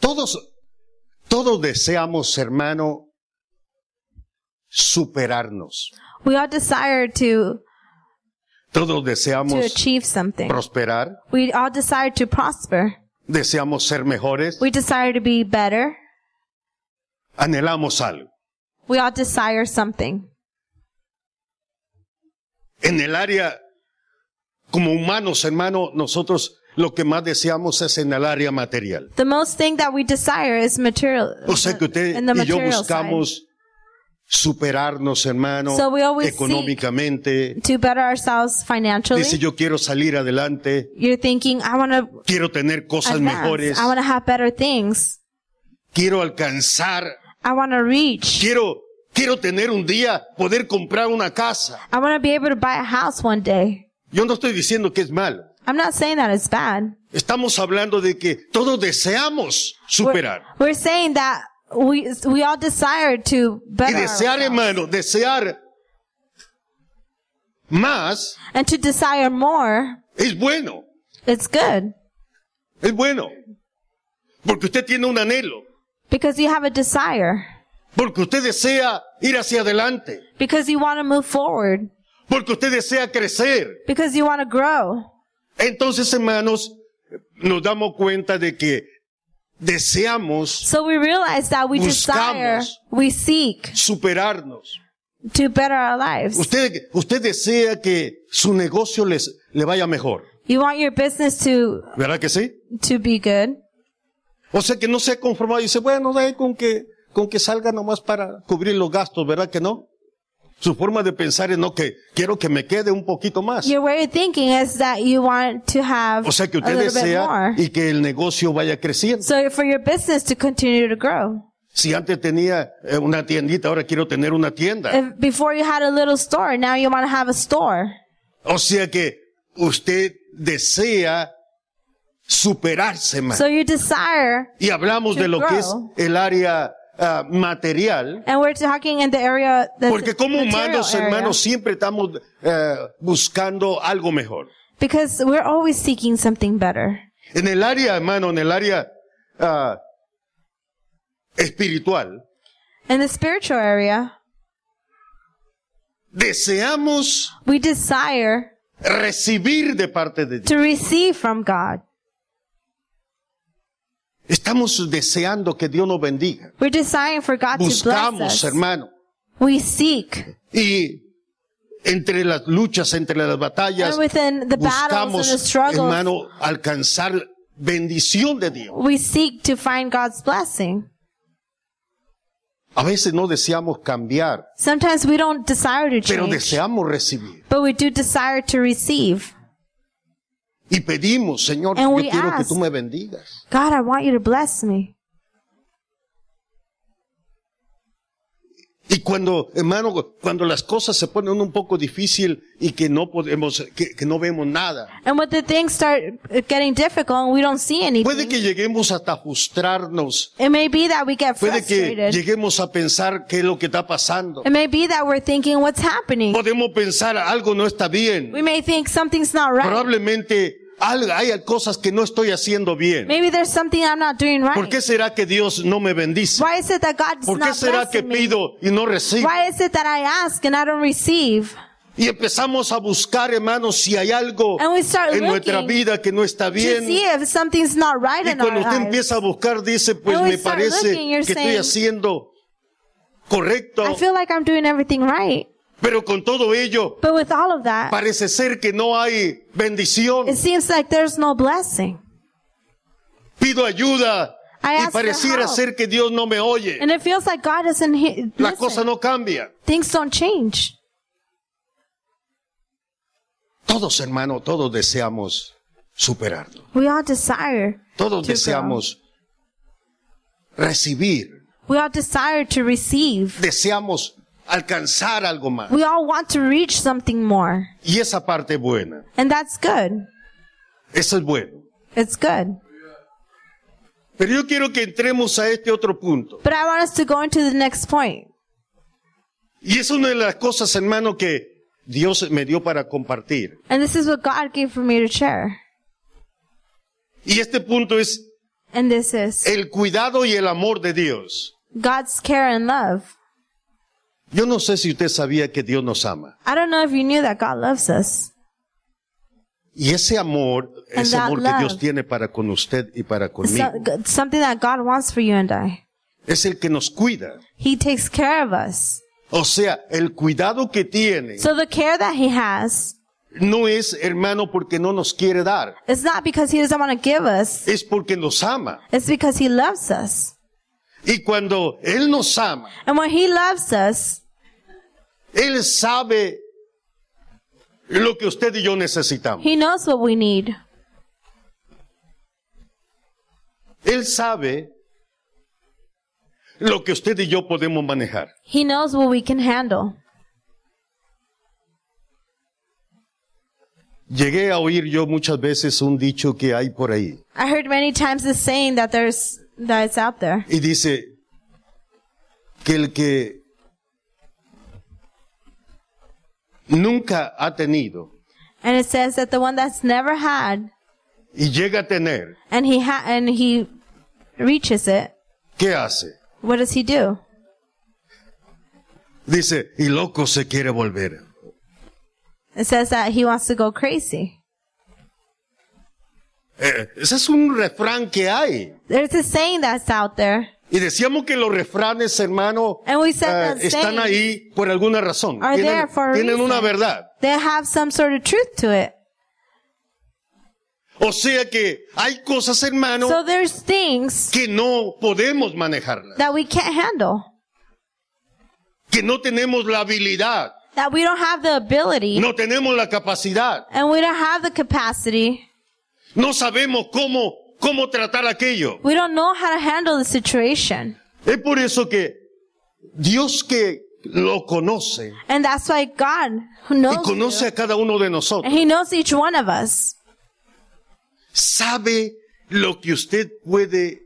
Todos, todos deseamos, hermano, superarnos. We all desire to, Todos to deseamos achieve something. prosperar. We all desire to prosper. Deseamos ser mejores. We desire to be better. Anhelamos algo. We all desire something. En el área, como humanos, hermano, nosotros lo que más deseamos es en el área material. The most thing that we desire is material. O sea que usted in the y yo material buscamos superarnos, hermano, So we always económicamente. side, to better ourselves financially. Dice, yo quiero salir adelante, You're thinking, I want to quiero tener cosas mejores, advance. I want to have better things. quiero alcanzar, I want to reach. quiero, quiero tener un día poder comprar una casa. I want to be able to buy a house one day. Yo no estoy diciendo que es malo. I'm not saying that it's bad. Estamos hablando de que todos deseamos We're, superar. we're saying that we, we all desire to Y better desear, ourselves. hermano, desear más and to desire more. es bueno. It's good Es bueno. Porque usted tiene un anhelo. because you have a desire Porque usted desea ir hacia adelante. because you want to move forward Porque usted desea crecer. because you want to grow. Entonces, hermanos, nos damos cuenta de que deseamos So we realize that we desire, Buscamos. we seek superarnos. to better our lives. Usted, usted desea que su negocio les, le vaya mejor. You want your business to ¿Verdad que sí? to be good. O sea que no se ha conformado y dice, bueno, de ahí con que, con que salga nomás para cubrir los gastos, ¿verdad que no? Su forma de pensar es no que quiero que me quede un poquito más. Your way of thinking is that you want to have O sea que a usted little bit desea more. y que el negocio vaya creciendo. So for your business to continue to grow. Si antes tenía eh, una tiendita, ahora quiero tener una tienda. If before you had a little store, now you want to have a store. O sea que usted desea superarse más. So you desire, Y hablamos to de lo que es grow. el área ah, material. and we're talking in the area that's Porque como material humanos, area. hermanos, siempre estamos eh, buscando algo mejor. because we're always seeking something better. En el área, hermano, en el área ah, espiritual, In the spiritual area, deseamos we desire recibir de parte de Dios. to receive from God. Estamos deseando que Dios nos bendiga. We're desiring for God to bless Buscamos, us. hermano. We seek. Y entre las luchas, entre las batallas, And within the battles and the buscamos, struggles, hermano, alcanzar bendición de Dios. we seek to find God's blessing. A veces no deseamos cambiar, Sometimes we don't desire to pero change, deseamos recibir. but we do desire to receive. Y pedimos, Señor, yo And we quiero que ask. tú me bendigas. God, I want you to bless me. Y cuando, hermano, cuando las cosas se ponen un poco difícil y que no podemos, que, que no vemos nada, And when the things start getting difficult and we don't see puede anything, que lleguemos hasta frustrarnos, it may be that we get puede que frustrated. lleguemos a pensar qué es lo que está pasando. It may be that we're thinking, what's happening? Podemos pensar algo no está bien. We may think something's not right. Probablemente algo- hay cosas que no estoy haciendo bien. Maybe there's something I'm not doing ¿Por qué right. será que Dios no me bendice? Why is it that God is ¿Por qué not será que blessing me? pido y no recibo? Why is it that I ask and I don't receive? Y empezamos a buscar, hermanos, si hay algo And we start en looking nuestra vida que no está To see bien. if something's not right Y in our cuando usted lives. empieza a buscar, dice, pues And we me start parece looking, you're que estoy saying, haciendo correcto, I feel like I'm doing everything right. pero con todo ello But with all of that, parece ser que no hay bendición. it seems like there's no blessing. Pido ayuda I ask y for pareciera help. ser que Dios no me oye. And it feels like God doesn't hear. Las cosas Listen, no cambian. Things don't change. Todos, hermano, todos deseamos superarnos. We all desire. Todos To deseamos recibir. We all desire to receive. Deseamos alcanzar algo más. We all want to reach something more. Y esa parte es buena. And that's good. Eso es bueno. It's good. Pero yo quiero que entremos a este otro punto. But I want us to go into the next point. Y es una de las cosas, hermano, que Dios me dio para compartir. And this is what God gave for me to share. Y este punto es and this is el cuidado y el amor de Dios. God's care and love. Yo no sé si usted sabía que Dios nos ama. I don't know if you knew that God loves us. Y ese amor, And ese that amor que love. Dios tiene para con usted y para conmigo, So- g- something that God wants for you and I. es el que nos cuida. He takes care of us. O sea, el cuidado que tiene So the care that He has no es, hermano, porque no nos quiere dar, is not because He doesn't want to give us. es porque nos ama. It's because He loves us. Y cuando Él nos ama, And when He loves us, Él sabe lo que usted y yo necesitamos. He knows what we need. Él sabe lo que usted y yo podemos manejar. He knows what we can handle. Llegué a oír yo muchas veces un dicho que hay por ahí I heard many times this saying that there's that it's out there. y dice que el que nunca ha tenido And it says that the one that's never had y llega a tener, and he ha- and he reaches it, ¿qué hace? what does he do? Dice, y loco se quiere volver. It says that he wants to go crazy. Eh, ese es un refrán que hay. There's a saying that's out there, Y decíamos que los refranes, hermano, And we said ah, that están saying ahí por alguna razón. are there Tienen, for a tienen una reason. verdad. They have some sort of truth to it. O sea que hay cosas, hermano, So there's things que no podemos manejarlas, that we can't handle, que no tenemos la habilidad, that we don't have the ability, no tenemos la capacidad, and we don't have the capacity. no sabemos cómo cómo tratar aquello. We don't know how to handle the situation. Es por eso que Dios que lo conoce And that's why God, who y knows you, conoce a cada uno de nosotros, And he knows each one of us. sabe lo que usted puede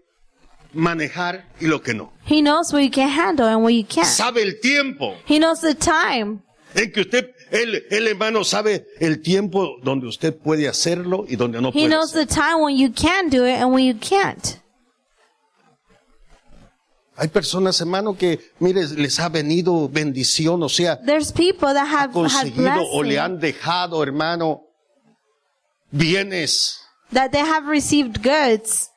manejar y lo que no. He knows what you can handle and what you can't. Sabe el tiempo He knows the time. en que usted, el, el hermano sabe el tiempo donde usted puede hacerlo y donde no He puede knows hacerlo. the time when you can do it and when you can't. Hay personas, hermano, que, mire, les ha venido bendición, o sea, There's people that have had conseguido o le blessings han dejado, hermano, bienes. that they have received goods.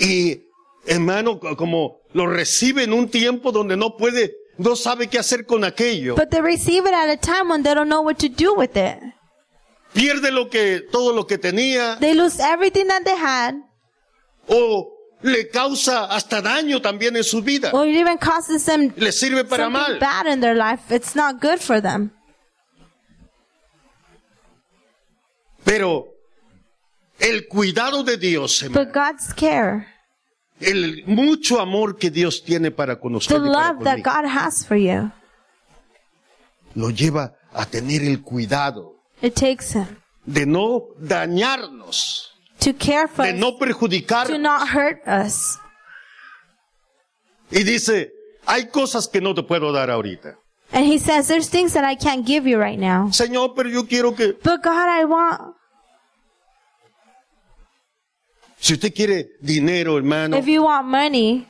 Y, hermano, co- como lo recibe en un tiempo donde no puede, no sabe qué hacer con aquello. But they receive it at a time when they don't know what to do with it. Pierde lo que, todo lo que tenía, They lose everything that they had, o le causa hasta daño también en su vida. or it even causes them Le sirve para mal. something bad in their life. It's not good for them. Pero, el cuidado de Dios, hermano, But God's care, el mucho amor que Dios tiene para con usted the y para love that conmigo. God has for you, lo lleva a tener el cuidado it takes Him de no dañarnos, to care for de us, no to perjudicarnos. not hurt us. Y dice, hay cosas que no te puedo dar ahorita. And he says, There's things that I can't give you right now. Señor, pero yo quiero que, But God, I want. si usted quiere dinero, hermano, If you want money,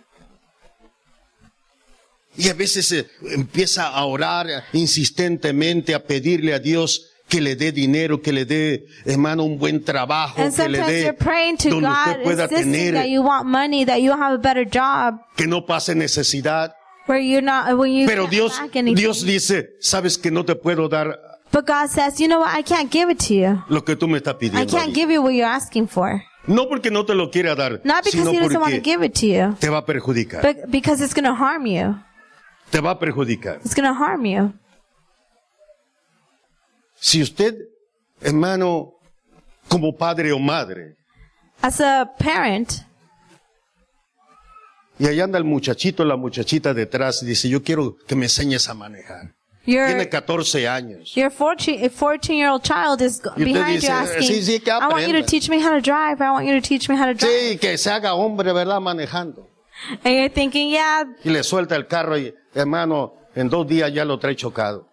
y a veces eh, empieza a orar insistentemente, a pedirle a Dios que le dé dinero, que le dé, hermano, un buen trabajo, and que le sometimes you're dé praying to donde God, usted pueda insisting that tener, you want money, that you have a better job, que no pase necesidad. where you're not, when you Pero can't Dios, lack anything. Dios dice, sabes que no te puedo dar But God says, you know what? I can't give it to you. lo que tú me estás I pidiendo. can't ahorita. give you what you're asking for. No porque no te lo quiera dar, Not because sino He doesn't want to porque give it to you, te va a perjudicar. but because it's going to harm you. te va a perjudicar. It's going to harm you. Si usted, hermano, como padre o madre, As a parent, y ahí anda el muchachito o la muchachita detrás y dice, yo quiero que me enseñes a manejar. you're Tiene 14 años. Your 14, 14 year old child is go- Y usted behind dice, you asking, "Sí, sí, que I want you to aprenda." teach me how to drive. I want you to teach me how to drive. Sí, que se haga hombre, ¿verdad? Manejando. And you're thinking, yeah, Y le suelta el carro y, hermano, en dos días ya lo trae chocado.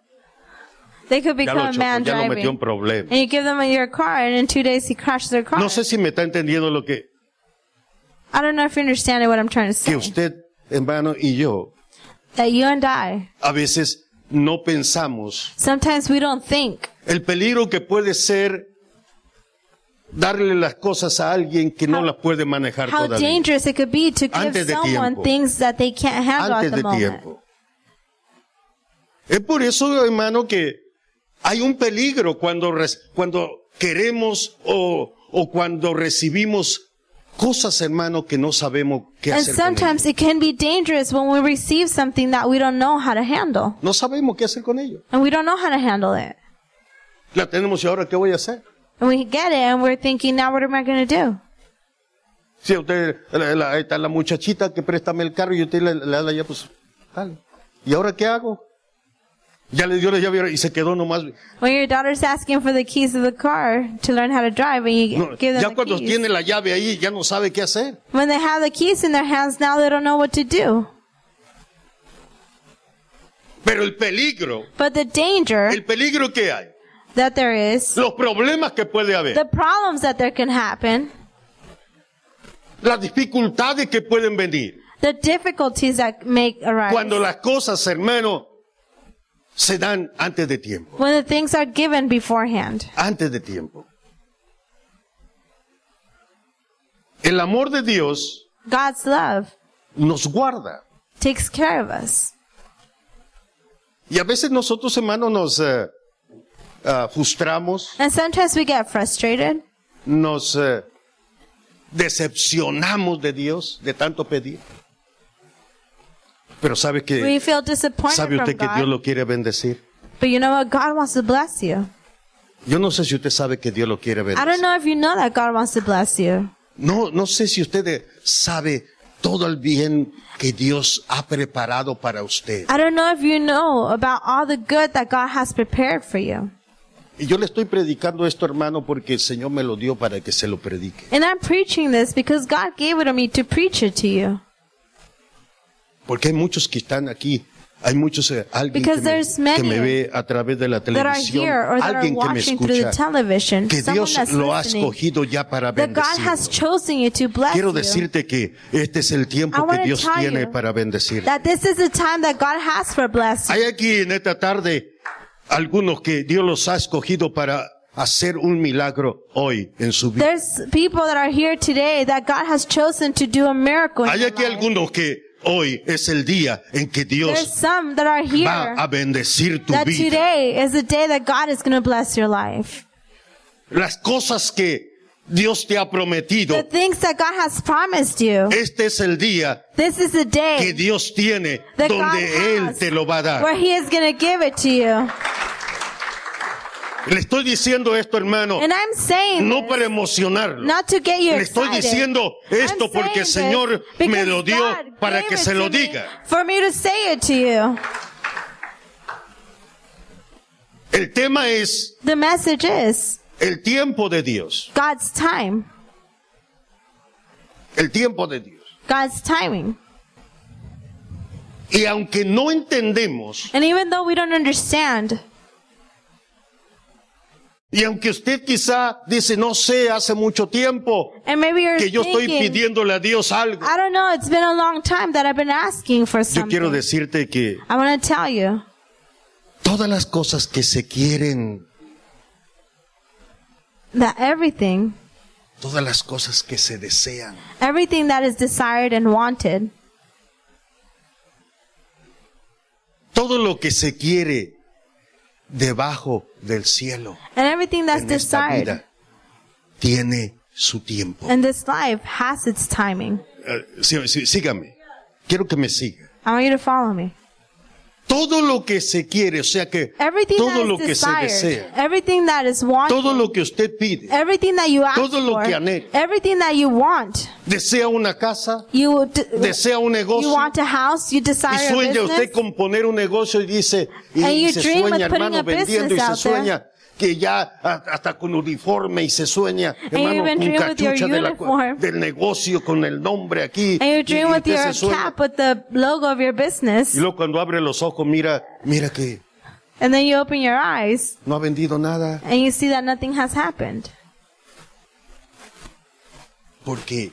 they could Ya become lo a man chocó, ya lo metió en driving. problemas. And you give them your car, and in two days he crashes their car. No sé si me está entendiendo lo que... I don't know if you understand what I'm trying to que say. usted, hermano, y yo, That you and I, a veces no pensamos sometimes we don't think el peligro que puede ser darle las cosas a alguien que no How- las puede manejar how todavía. dangerous it could be to give Antes de someone tiempo. things that they can't handle antes de at the moment. tiempo. Es por eso, hermano, que hay un peligro cuando, res- cuando queremos o, o cuando recibimos cosas, hermano, que no sabemos qué And hacer. con ellas. sometimes it can be dangerous when we receive something that we don't know how to handle. No sabemos qué hacer con ello. And we don't know how to handle it. La tenemos y ahora qué voy a hacer. And we get it and we're thinking, now what am I going to do? Si usted, la, la- ahí está la muchachita que préstame el carro y usted le, le da ya, pues, dale. ¿Y ahora qué hago? Ya le dio la llave y se quedó nomás. When your daughter's asking for the keys of the car to learn how to drive and you No, give them ya the cuando keys. tiene la llave ahí, ya no sabe qué hacer. When they have the keys in their hands now, they don't know what to do. Pero el peligro, But the danger el peligro que hay, that there is, los problemas que puede haber, the problems that there can happen, las dificultades que pueden venir, the difficulties that make arise cuando las cosas, hermano, se dan antes de tiempo, when the things are given beforehand. antes de tiempo. El amor de Dios God's love nos guarda. takes care of us. Y a veces nosotros, hermano, nos eh, ah, frustramos, And sometimes we get frustrated. nos eh, decepcionamos de Dios de tanto pedir. Pero sabe We que, feel disappointed sabe from usted que God. Dios lo quiere bendecir. But you know what? God wants to bless you. Yo no sé si usted sabe que Dios lo quiere I don't bendecir. know if you know that God wants to bless you. No, no sé si usted eh, sabe todo el bien que Dios ha preparado para usted. I don't know if you know about all the good that God has prepared for you. Y yo le estoy predicando esto, hermano, porque el Señor me lo dio para que se lo predique. And I'm preaching this because God gave it to me to preach it to you. Porque hay muchos que están aquí. Hay muchos, eh, alguien que Because me, there's many que me ve a través de la That are televisión, here or that are alguien que me watching through the escucha, television. que Someone Dios that's lo ha listening. escogido ya para That God bendecir. has chosen you to bless Quiero you. decirte que este es el I tiempo que wanna Dios tell tiene you para bendecir. That this is the time that God has for blessing. Hay aquí en esta tarde algunos que Dios los ha escogido para hacer un milagro hoy en su vida. There's people that are here today that God has chosen to do a miracle. in Hay your aquí life. algunos que hoy es el día en que There's Dios some that are va here a bendecir tu that vida. today is the day that God is going to bless your life. Las cosas que Dios te ha prometido, The things that God has promised you. este es el día This is the Eh, que day Dios tiene that donde God Él has, te lo va a where dar. He is going to give it to you. Le estoy diciendo esto, hermano, And I'm saying no this para emocionarlo. not to get you Le estoy excited. diciendo esto I'm porque el saying Señor me this because lo dio God para gave que it se to lo me diga. For me to say it to you. El tema es The message is el tiempo de Dios. God's time, El tiempo de Dios. God's timing. Y aunque no entendemos, And even though we don't understand, y aunque usted quizá dice, no sé, hace mucho tiempo and maybe you're que yo estoy thinking, pidiéndole a Dios algo, I don't know, it's been a long time that I've been asking for yo quiero something. decirte que I want to tell you, todas las cosas que se quieren, that everything, todas las cosas que se desean, everything that is desired and wanted, todo lo que se quiere debajo del cielo, and everything that's en esta desired vida, tiene su tiempo. in this life has its timing. Eh, sí- sí- sígame, quiero que me siga. I want you to follow me. Todo lo que se quiere, o sea que Everything todo that lo is que desired, se desea, everything that is wanted, todo lo que usted pide, everything that you ask todo lo for, que anhela. everything that you want, desea una casa, you d- desea un you negocio, want a house, y you desire a sueña usted business, con poner un negocio y dice, And y you se dream of sueña putting hermano a business vendiendo y se out there. sueña que ya a- hasta con uniforme y se sueña you hermano even con dream with your cachucha de la- uniform. del negocio con el nombre aquí and you dream y- y with usted your se sueña. cap with the logo of your y business, luego cuando abre los ojos mira, mira que and then you open your eyes no ha vendido nada and you see that nothing has happened porque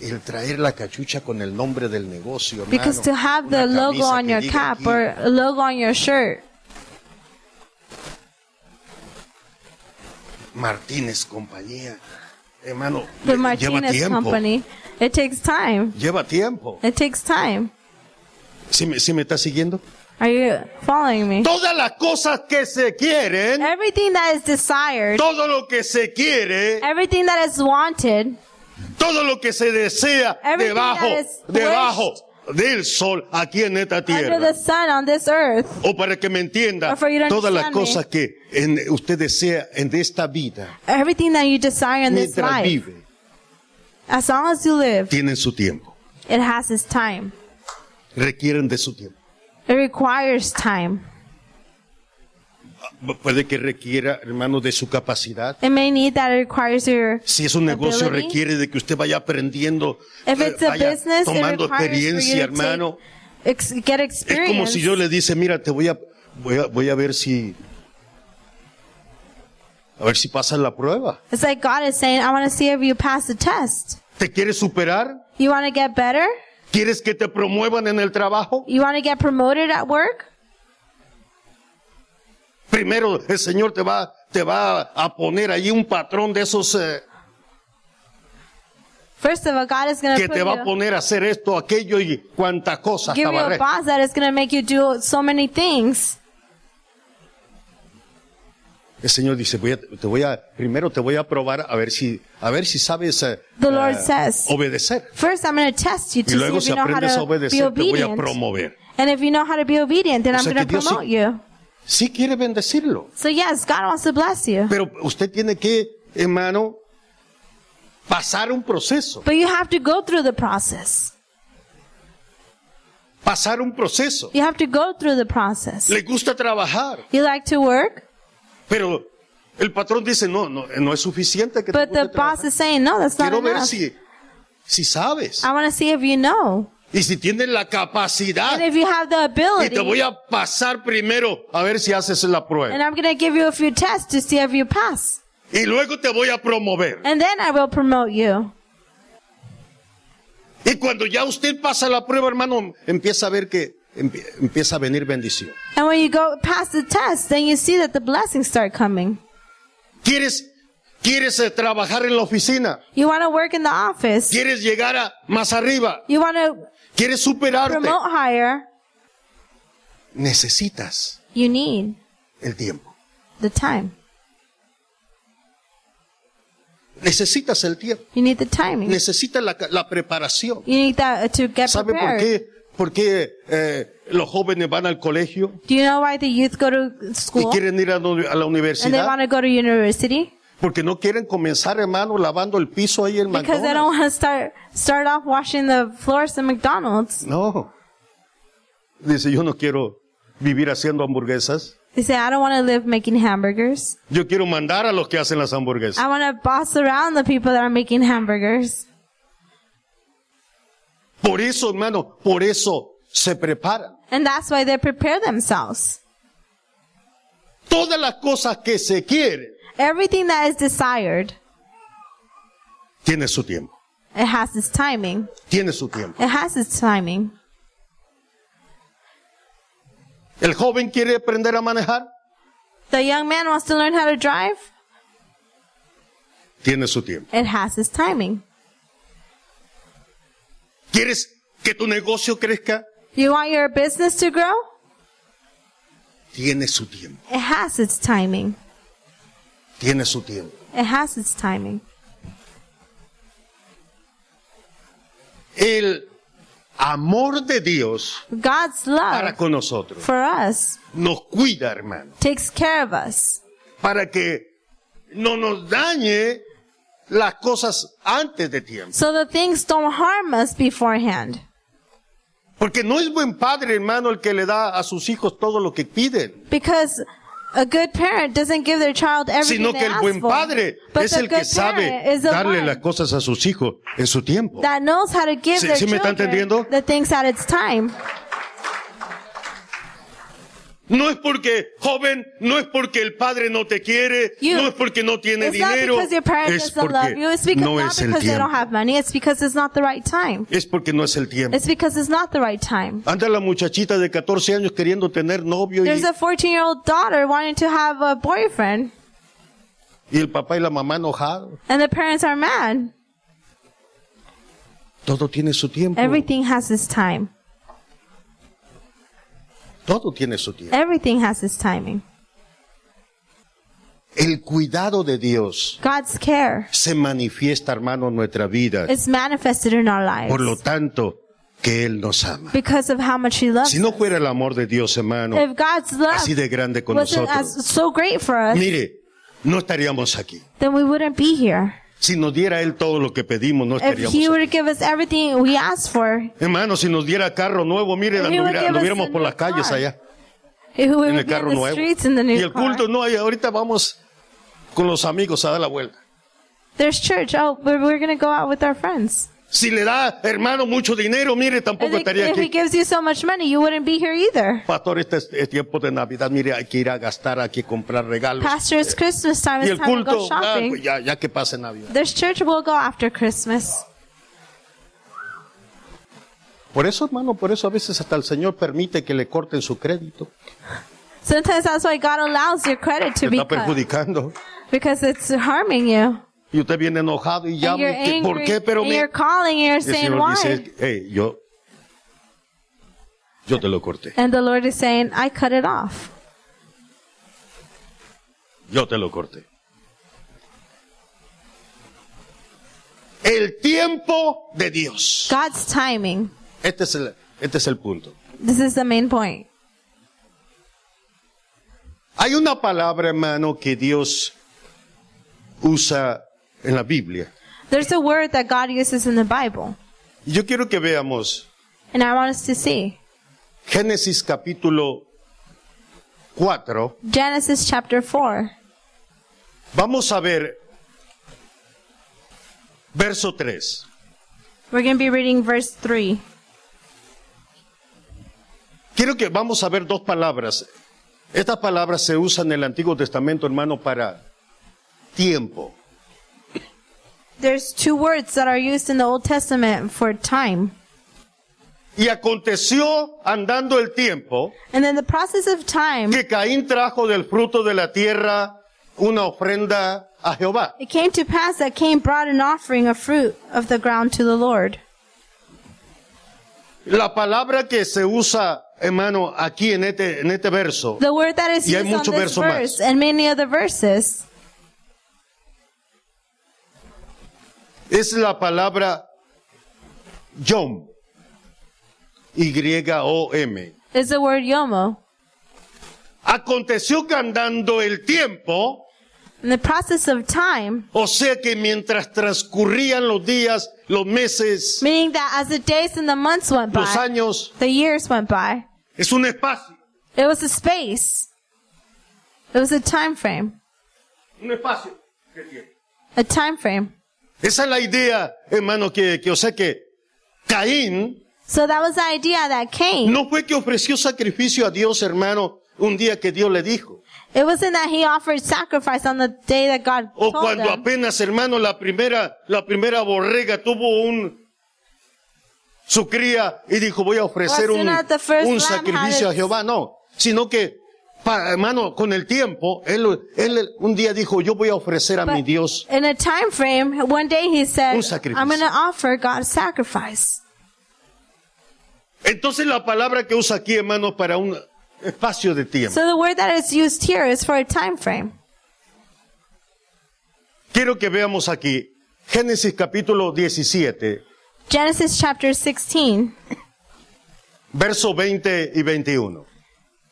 El traer la cachucha con el nombre del negocio, hermano. Because to have the Una logo camisa on que your diga cap aquí, or a logo on your shirt, Martínez Compañía. Hermano, the lle- lleva Martinez tiempo. Company, it takes time. Lleva tiempo. It takes time. ¿Sí me, sí me está siguiendo? Are you following me? Todas las cosas que se quieren, Everything that is desired, todo lo que se quiere, everything that is wanted, todo lo que se desea Everything debajo, that is debajo del sol aquí en esta under tierra. the sun on this earth, O para que me entienda, Or for you to todas las understand me. cosas que en- usted desea en esta vida, everything that you desire in this mientras life, vive, as long as you live, tienen su tiempo. it has its time. Requieren de su tiempo. It requires time. Pu- Puede que requiera, hermano, de su capacidad. It may need that it requires your Si es un negocio, Ability. requiere de que usted vaya aprendiendo, If eh, it's a vaya business, it tomando requires for you experiencia, to take- hermano. ex- get Es como experience. si yo le dice, mira, te voy a, voy a, voy a ver si, a ver si pasas la prueba. It's like God is saying, I want to see if you pass the test. ¿Te quieres superar? You want to get better? ¿Quieres que te promuevan en el trabajo? You want to get promoted at work? Primero el Señor te va, te va a poner allí un patrón de esos eh, First of all, God is going to que put te va a you, poner a hacer esto, aquello y cuantas cosas. give you a tabarre. boss that is going to make you do so many things. El Señor dice, voy a- te voy a, primero te voy a probar a ver si, a ver si sabes eh, The Lord eh, says. obedecer. First, I'm going to test you to Y see luego if si you know how aprendes a to be obedecer, te voy a obedient. promover. And if you know how to be obedient, then O I'm sea, going to que Dios sí- promote you. Sí quiere bendecirlo. So yes, God wants to bless you. Pero usted tiene que, hermano, pasar un proceso. But you have to go through the process. Pasar un proceso. You have to go through the process. Le gusta trabajar, You like to work, pero el patrón dice, no, no, no es suficiente que te but guste the boss trabajar. is saying, no, that's not Quiero ver enough. Ah. si, si sabes. I want to see if you know. Y si tienes la capacidad. And if you have the Y te voy ability, a pasar primero a ver si haces la and prueba. I'm going to give you a few tests to see if you pass. Y luego te voy a promover. And then I will promote you. Y cuando ya usted pasa la prueba, hermano, empieza a ver que empie- empieza a venir bendición. And when you go past the test, then you see that the blessings start coming. ¿Quieres, quieres eh, trabajar en la oficina? You want to work in the office. ¿Quieres llegar a más arriba? You want to ¿Quieres superarte? promote higher. Necesitas You need el tiempo. the time. Necesitas el tiempo. You need the timing. Necesitas la, ca- la preparación. You need that uh, to get ¿Sabe por prepared. qué? ¿Por qué eh, los jóvenes van al colegio Do you know why the youth go to y school quieren ir a, la- a la and they universidad? want to go to university? Porque no quieren comenzar, hermano, lavando el piso ahí en Because they don't McDonald's. want to start start off washing the floors at McDonald's. No. Dice, yo no quiero vivir haciendo hamburguesas. They say, I don't want to live making hamburgers. Yo quiero mandar a los que hacen las hamburguesas. I want to boss around the people that are making hamburgers. Por eso, hermano, por eso se preparan. And that's why they prepare themselves. Todas las cosas que se quieren Everything that is desired, tiene su tiempo. it has its timing. Tiene su tiempo. It has its timing. El joven quiere aprender a manejar, The young man wants to learn how to drive. tiene su tiempo. It has its timing. ¿Quieres que tu negocio crezca? You want your business to grow? Tiene su tiempo. It has its timing. Tiene su tiempo. It has its timing. El amor de Dios God's para love con nosotros for us nos cuida, hermano, takes care of us. para que no nos dañe las cosas antes de tiempo. So the things don't harm us beforehand. Porque no es buen padre, hermano, el que le da a sus hijos todo lo que piden. Because a good parent doesn't give their child everything sino they que el ask buen for. padre but es the el good que parent sabe is the darle one las cosas a sus hijos en su tiempo. that knows how to give Sí- their sí me está children entendiendo? the things at its time. No es porque, joven, no es porque el padre no te quiere, You- no es porque no tiene It's not dinero, because your parents es doesn't love porque you. It's because no not es el because they don't tiempo. have money. It's because it's not the right time. Es porque no es el tiempo. It's because it's not the right time. Anda la muchachita de 14 años queriendo tener novio y, There's a 14 year old daughter wanting to have a boyfriend, y el papá y la mamá enojados. and the parents are mad. Todo tiene su tiempo. Everything has its time. Todo tiene su tiempo. Everything has its timing. El cuidado de Dios God's care se manifiesta, hermano, en nuestra vida. is manifested in our Por lo lives tanto, que Él nos ama. because of how much He loves. Si no fuera el amor de Dios, hermano, If God's love así de grande con wasn't nosotros, as, so great for us, mire, no estaríamos aquí. then we wouldn't be here. Si nos diera Él todo lo que pedimos, no If estaríamos He aquí. were to give us everything we asked for, Hermano, si nos diera carro nuevo, mire, If he would anduviera- give us anduviéramos a por new las calles car. allá, He would en el be in the carro nuevo. streets in the Y new el car. culto, no, ahí ahorita vamos con los amigos a dar la vuelta. There's church. Oh, we're, we're going to go out with our friends. Si le da, hermano, mucho dinero, mire, If, tampoco they- estaría if he aquí. gives you so much money, you wouldn't be here either. Pastor, este es es tiempo de Navidad, mire, hay que ir a gastar, hay que comprar regalos. Pastor, it's Christmas time. Y It's el time to culto, go ah, shopping. pues ya, ya que pase Navidad. There's church. We'll go after Christmas. Por eso, hermano, por eso a veces hasta el Señor permite que le corten su crédito. Sometimes that's why God allows your credit Te to be está cut perjudicando. because it's harming you. Y usted viene enojado y And llama, y you're que, ¿por angry. qué? Pero And mire, you're calling. And Y you're El saying Señor why. dice, hey, yo, yo te lo corté, And the Lord is saying, I cut it off. yo te lo corté. El tiempo de Dios. God's timing. Este es el, este es el punto. This is the main point. Hay una palabra, hermano, que Dios usa en la Biblia. There's a word that God uses in the Bible. Y Yo quiero que veamos And I want us to see. Génesis capítulo 4. Genesis chapter 4. Vamos a ver verso 3. We're going to be reading verse 3. Quiero que vamos a ver dos palabras. Estas palabras se usan en el Antiguo Testamento, hermano, para tiempo. There's two words that are used in the Old Testament for time. Y aconteció andando el tiempo And then the process of time, que Caín trajo del fruto de la tierra una ofrenda a Jehová. it came to pass that Cain brought an offering of fruit of the ground to the Lord. La palabra que se usa, hermano, aquí en este, en este verso, The word that is Y hay used on mucho this verso más. verse and many other verses es la palabra Yom. Y-O-M. is the word yomo. Aconteció que andando el tiempo, In the process of time, O sea que mientras transcurrían los días, los meses, meaning that as the days and the months went los by, años, the years went by, es un espacio, it was a space. It was a time frame. un espacio. de tiempo. A time frame. Esa es la idea, hermano, que, que o sea que Caín So that was the idea that Cain, no fue que ofreció sacrificio a Dios, hermano, un día que Dios le dijo. it wasn't that he offered sacrifice on the day that God O told cuando him. apenas, hermano, la primera, la primera borrega tuvo un su cría y dijo voy a ofrecer Or as un, soon as the first un lamb had sacrificio a its- Jehová, no, sino que pa- hermano, con el tiempo, él, él un día dijo yo voy a ofrecer a mi But Dios in a time frame, one day he said, Un sacrificio. I'm going to offer God a sacrifice. entonces la palabra que usa aquí hermano para un espacio de tiempo So the word that is used here is for a time frame. quiero que veamos aquí Génesis capítulo 17 Genesis chapter 16, verso 20 y 21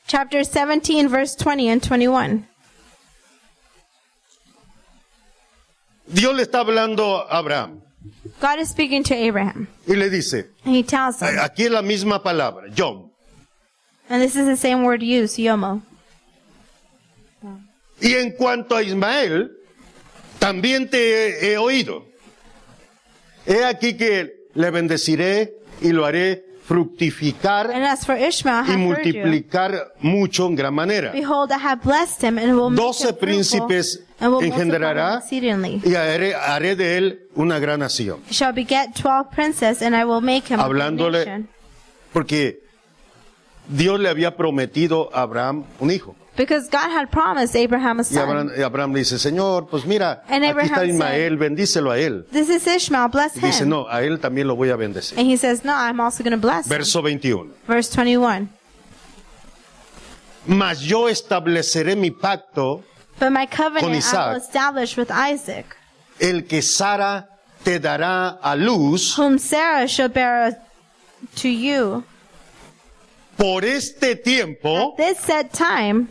chapter 17, verse 20 and 21. Dios le está hablando a Abraham God is speaking to Abraham. y le dice "Eh, And he tells him, Aquí es la misma palabra, John. and this is the same word used, yomo. Y en cuanto a Ismael, también te he, he oído. He aquí que le bendeciré y lo haré fructificar And as for Ishmael, I y have heard you. multiplicar mucho en gran manera. Behold, I have blessed him and will make Doce him fruitful, príncipes and will multiply him engendrará exceedingly. y haré, haré de él una gran nación. He shall beget twelve princes, and I will make him a great Hablándole- nation. Porque Dios le había prometido a Abraham un hijo. Because God had promised Abraham a Y son. Abraham, y Abraham le dice, Señor, pues mira, And aquí está Abraham Ismael, bendícelo a él. this is Ishmael, bless Y him. dice, no, a él también lo voy a bendecir. And he says, No, I'm also going to bless him. Verso 21. Verse 21. Mas yo estableceré mi pacto, But my covenant I will Isaac. establish with Isaac, el que Sara te dará a luz. whom Sarah shall bear to you. Por este tiempo, At this set time,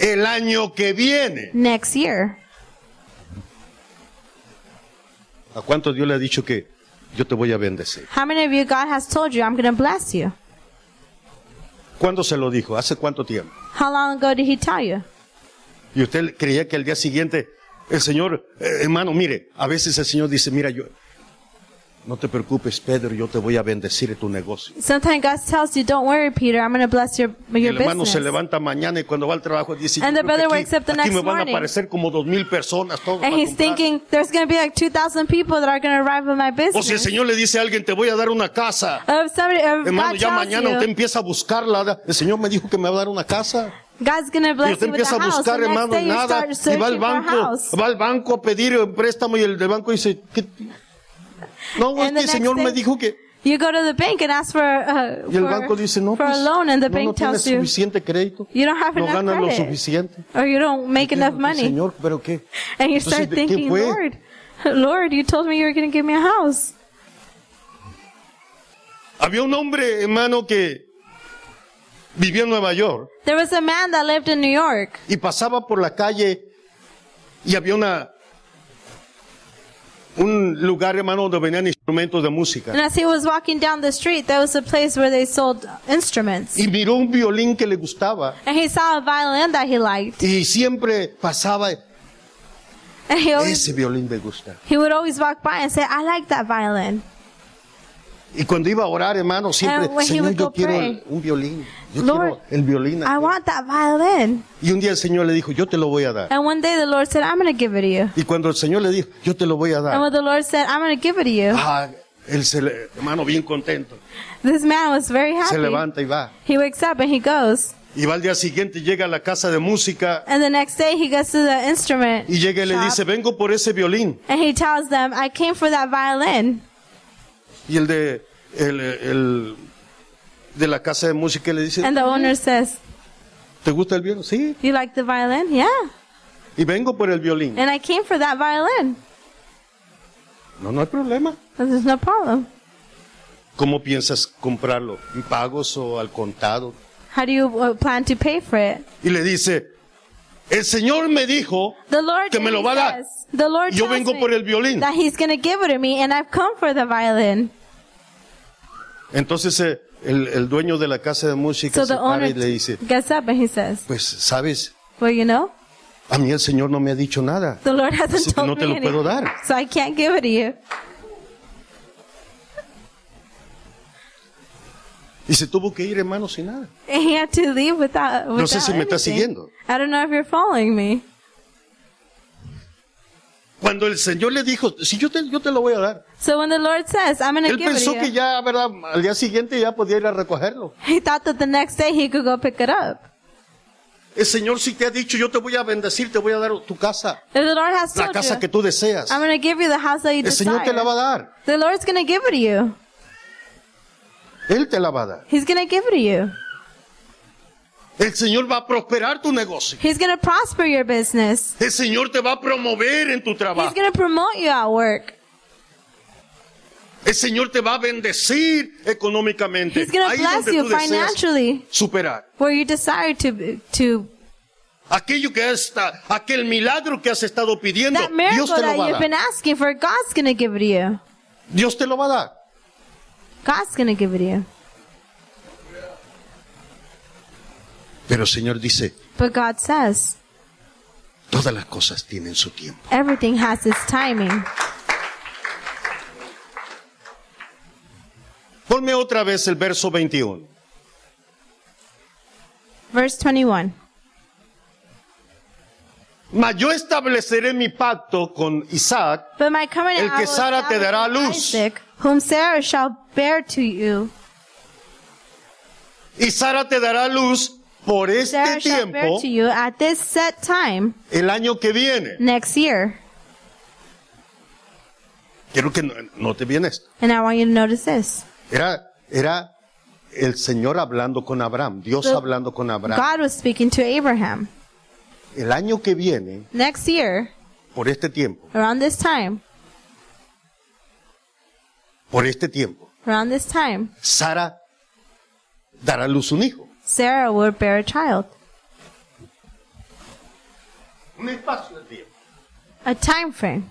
el año que viene. next year. ¿A cuántos Dios le ha dicho que yo te voy a bendecir? How many of you God has told you, I'm going to bless you? ¿Cuándo se lo dijo? ¿Hace cuánto tiempo? How long ago did he tell you? Y usted creía que el día siguiente el Señor, eh, hermano, mire, a veces el Señor dice, mira, yo, no te preocupes, Pedro, yo te voy a bendecir en tu negocio. Sometimes God tells you, Don't worry, Peter, I'm going to bless your, Y your el hermano business. se levanta mañana y cuando va al trabajo dice, yo And the creo que brother aquí, wakes up the aquí next me van a morning. aparecer como dos mil personas. Todos and para he's comprar". thinking, There's going to be like 2,000 people that are going to arrive at my o si el business. Señor le dice a alguien, te voy a dar una casa. Of somebody, of Hermano, God ya tells mañana usted you, empieza a buscarla. El Señor me dijo que me va a dar una casa. God's going to Y bless usted you with empieza a a house. buscar, The next hermano, day you nada. start Y va al searching for a banco, house. va al banco a pedir un préstamo y el del banco dice, "¿Qué? no, es And the que el next Señor me thing- dijo que... You go to the bank and ask for, uh, Y el for, banco dice, no, for pues, a loan, and the no, bank no tienes tells you, suficiente crédito. You don't have no enough ganas lo credit. suficiente. or you don't make enough Digo, money. Señor, ¿pero qué? And you Entonces, start ¿de qué thinking, fue? Lord, Lord, you told me you were going to give me a house. Había un hombre, hermano, que vivía en Nueva York There was a man that lived in New York, y pasaba por la calle y había una un lugar, hermano, donde venían instrumentos de música. and as he was walking down the street, there was a place where they sold instruments. Y miró un violín que le gustaba And he saw a violin that he liked, y siempre pasaba, and he always ese violín me gusta. he would always walk by and say, "I like that violin." Y cuando iba a orar, hermano, siempre, And Ah, when he Señor, would yo go quiero pray, un violín. Yo Lord, quiero el violín. I aquel". want that violin. Y un día el Señor le dijo, yo te lo voy a dar. And one day the Lord said, "I'm going to give it to you." Y cuando el Señor le dijo, yo te lo voy a And dar. when the Lord said, "I'm going to give it to you," Ah, él se le- hermano, bien contento. this man was very Se happy. levanta y va. He wakes up and he goes. Y va al día siguiente, llega a la casa de música And the next day he goes to the instrument y llega y le shop, dice, vengo por ese violín. and he tells them, "I came for that violin." Y el de, el, el de la casa de música le dice, And the owner says, ¿te gusta el violín? Sí. "You like the violin? Yeah." Y vengo por el violín. And I came for that violin. No, no hay problema. There's no problem. ¿Cómo piensas comprarlo? ¿En pagos o al contado? How do you uh, plan to pay for it? Y le dice, el Señor me dijo, The Lord Que me lo va a dar. says, The Lord yo tells vengo me por el violín. that he's going to give it to me and I've come for the violin. Entonces eh, el, el dueño de la casa de música So se the para owner y le dice, gets up and he says, pues sabes, "Well, you know, a mí el Señor no me ha dicho nada. the Lord hasn't Así que told no te me lo puedo anything, dar. so I can't give it to you." Y se tuvo que ir hermano sin nada. And he had to leave without. without No sé si me estás anything. siguiendo. I don't know if you're following me. Cuando el Señor le dijo, si yo te, yo te lo voy a dar. So when the Lord says, "I'm going to Él give it pensó to que you," ya, ¿verdad? Al día siguiente ya podía ir a recogerlo. he thought that the next day he could go pick it up. El Señor sí te ha dicho, yo te voy a bendecir, te voy a dar tu casa, If the Lord has la told casa you, que tú deseas. "I'm going to give you the house that you El Señor te la va a desire," dar. the Lord's going to give it to you. Él te la va a dar. He's going to give it to you. El Señor va a prosperar tu negocio. He's going to prosper your business. El Señor te va a promover en tu He's trabajo. going to promote you at work. El Señor te va a bendecir económicamente. He's going to Ahí bless donde you tú deseas financially superar. where you desire to to Aquello que está, aquel milagro que has estado pidiendo, that Dios miracle te lo that va you've a been dar. asking for. God's going to give it to you. Dios te lo va a dar. God's going to give it to you. Pero el Señor dice, But God says todas las cosas tienen su tiempo. everything has its timing. Ponme otra vez el verso 21. Verse 21. Mas yo estableceré mi pacto con Isaac But my covenant El que I will Sara te dará establish with luz. Isaac, whom Sarah shall bear to you. y Sara te dará luz por este Sarah shall bear tiempo to you at this set time el año que viene. next year. Quiero que no, note bien esto. And I want you to notice this. Era, era el Señor hablando con Abraham, Dios The- hablando con Abraham. God was speaking to Abraham. El año que viene, Next year, por este tiempo, around this time, por este tiempo, around this time, Sara dará a luz un hijo. Sarah will bear a child. Un espacio de tiempo. A time frame.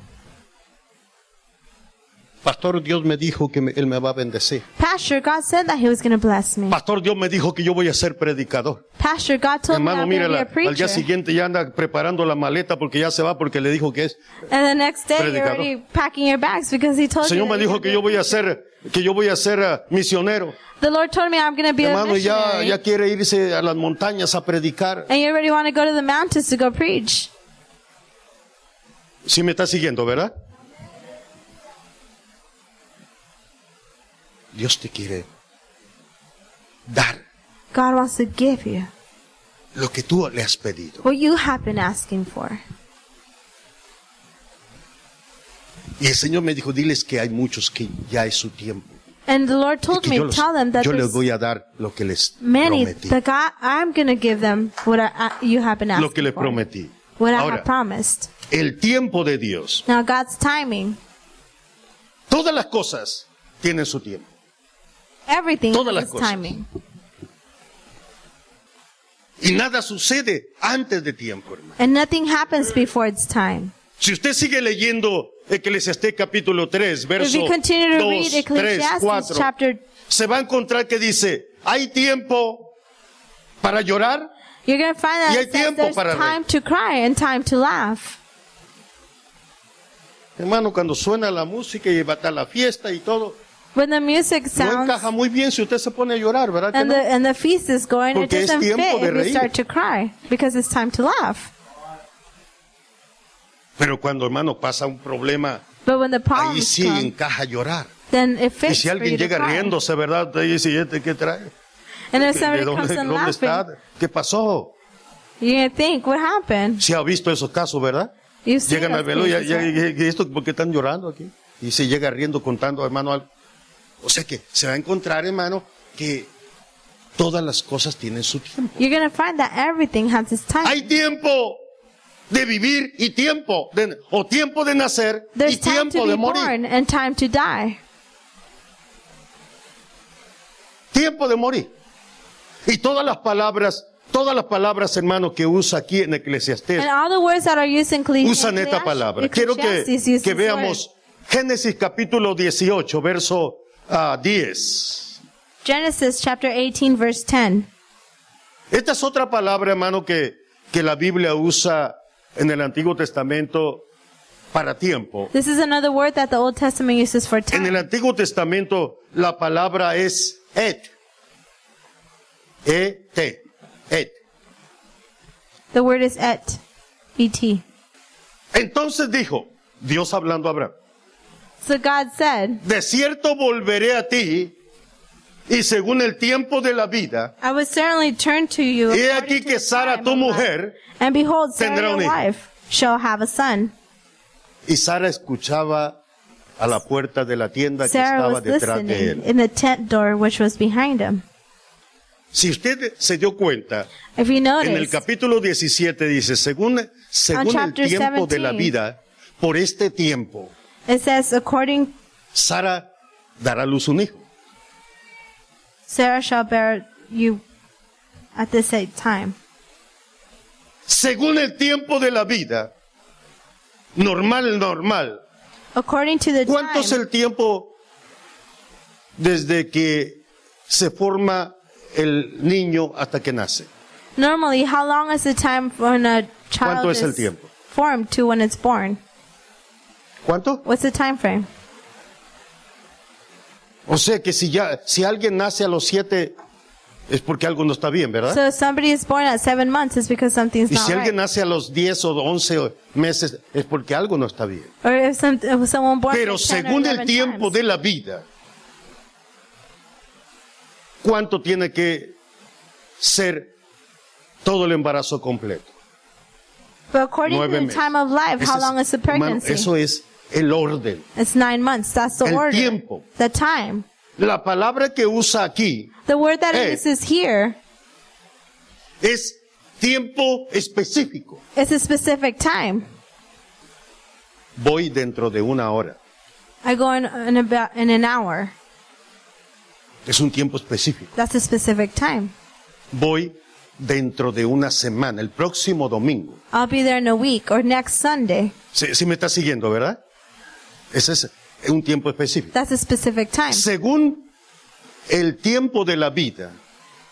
Pastor, Dios me dijo que me- Él me va a bendecir. Pastor, God said that He was going to bless me. Pastor, Dios me dijo que yo voy a ser predicador. Pastor, God told Hermano, me I mira, was la- going to be a al día preacher. siguiente ya anda preparando la maleta porque ya se va porque le dijo que es. And the next day, you're Predicador. already packing your bags because He El told you. Señor me that you dijo would que be- yo voy a ser, que yo voy a ser ah, misionero. The Lord told me I'm going to be a Hermano, y ya, missionary. ya quiere irse a las montañas a predicar. And you already want to go to the mountains to go preach. Sí me está siguiendo, ¿verdad? Dios te quiere dar God wants to give you lo que tú le has pedido. what you have been asking for. Y el Señor me dijo, diles que hay muchos que ya es su tiempo. And the Lord Y told que me, yo, los- tell them that yo les there's voy a dar lo que les many prometí. that God, I'm going to give them what I, I- you have been asking Lo que les for. prometí. What I Ahora, have promised. el tiempo de Dios. Now God's timing. Todas las cosas tienen su tiempo. Everything Todas las is cosas. timing. Y nada sucede antes de tiempo, hermano. And nothing happens before it's time. Si usted sigue leyendo Eclesiastés capítulo 3, If verso you continue to read 2, 3, Ecclesiastes 4, chapter, se va a encontrar que dice, hay tiempo para llorar you're going to find Y out hay it says tiempo there's para reír. time to cry and time to laugh. Hermano, cuando suena la música y va a estar la fiesta y todo, When the music no sounds encaja muy bien si usted se pone a llorar, ¿verdad? que and no? the and the feast is going, Porque it es doesn't fit tiempo de if reír. you start to cry because it's time to laugh. Pero cuando, hermano, pasa un problema, But when the ahí problems sí come, encaja llorar. then it Y fits si for you alguien to llega cry. riéndose, ¿verdad? Ahí dice, "¿Y este qué trae? And ¿De if somebody comes dónde, in dónde está? laughing, ¿Qué pasó? you're gonna think, "What happened?" Se ha visto esos casos, ¿verdad? You've seen Llegan al those velo y, cases, y- right? y- y esto, ¿por qué están llorando aquí? Y se llega riendo contando, hermano, algo. O sea que se va a encontrar, hermano, que todas las cosas tienen su tiempo. You're gonna find that everything has its time. Hay tiempo de vivir y tiempo, de- o tiempo de nacer y There's time to tiempo be de morir. born and time to die. Tiempo de morir. Y todas las palabras, todas las palabras, hermano, que usa aquí en Eclesiastés, And all the words that are used in Ecclesi- usan esta palabra. Quiero que, Ecclesiastes use que this word. veamos Génesis capítulo 18, verso ah, 10. Genesis chapter 18 verse 10. Esta es otra palabra, hermano, que, que la Biblia usa en el Antiguo Testamento para tiempo. This is another word that the Old Testament uses for En time. el Antiguo Testamento la palabra es et. E-T. Et. The word is et. Et. Entonces dijo, Dios hablando a Abraham, So God said, de cierto volveré a ti y según el tiempo de la vida, I will certainly turn to you. he according aquí to que the Sara time tu of life. mujer, And behold, tendrá Sarah un your hijo. wife shall have a son. y Sara escuchaba a la puerta de la tienda que Sarah estaba was detrás de él. listening in the tent door which was behind him. Si usted se dio cuenta, If you en el notice, capítulo 17 dice, según, según el chapter tiempo de la 17. vida, por este tiempo, it says, according Sara dará a luz un hijo. Sarah shall bear you at this same time. Según el tiempo de la vida, normal, normal. According to the ¿Cuánto es time, el tiempo desde que se forma el niño hasta que nace? normally, how long is the time when a child ¿Cuánto es el is tiempo? formed to when it's born? ¿Cuánto? What's the time frame? O sea que si ya, si alguien nace a los siete, es porque algo no está bien, ¿verdad? So if somebody is born at seven months, it's because something's ¿Ah? y not si alguien right. nace a los diez o once meses, es porque algo no está bien. Or if, some, if someone born Pero at 10 or según el 11 tiempo times. de la vida, ¿cuánto tiene que ser todo el embarazo completo? But according to Nueve the meses. time of life, Ese how es- long is the hermano, pregnancy? eso es el orden. it's nine months. That's the El order. tiempo. The time. La palabra que usa aquí The word that Hey. it uses here es tiempo específico. is a specific time. Voy dentro de una hora. I go in, in about in an hour. Es un tiempo específico. That's a specific time. Voy dentro de una semana, el próximo domingo. I'll be there in a week or next Sunday. Si me está siguiendo, ¿verdad? Ese es un tiempo específico. That's a specific time. Según el tiempo de la vida,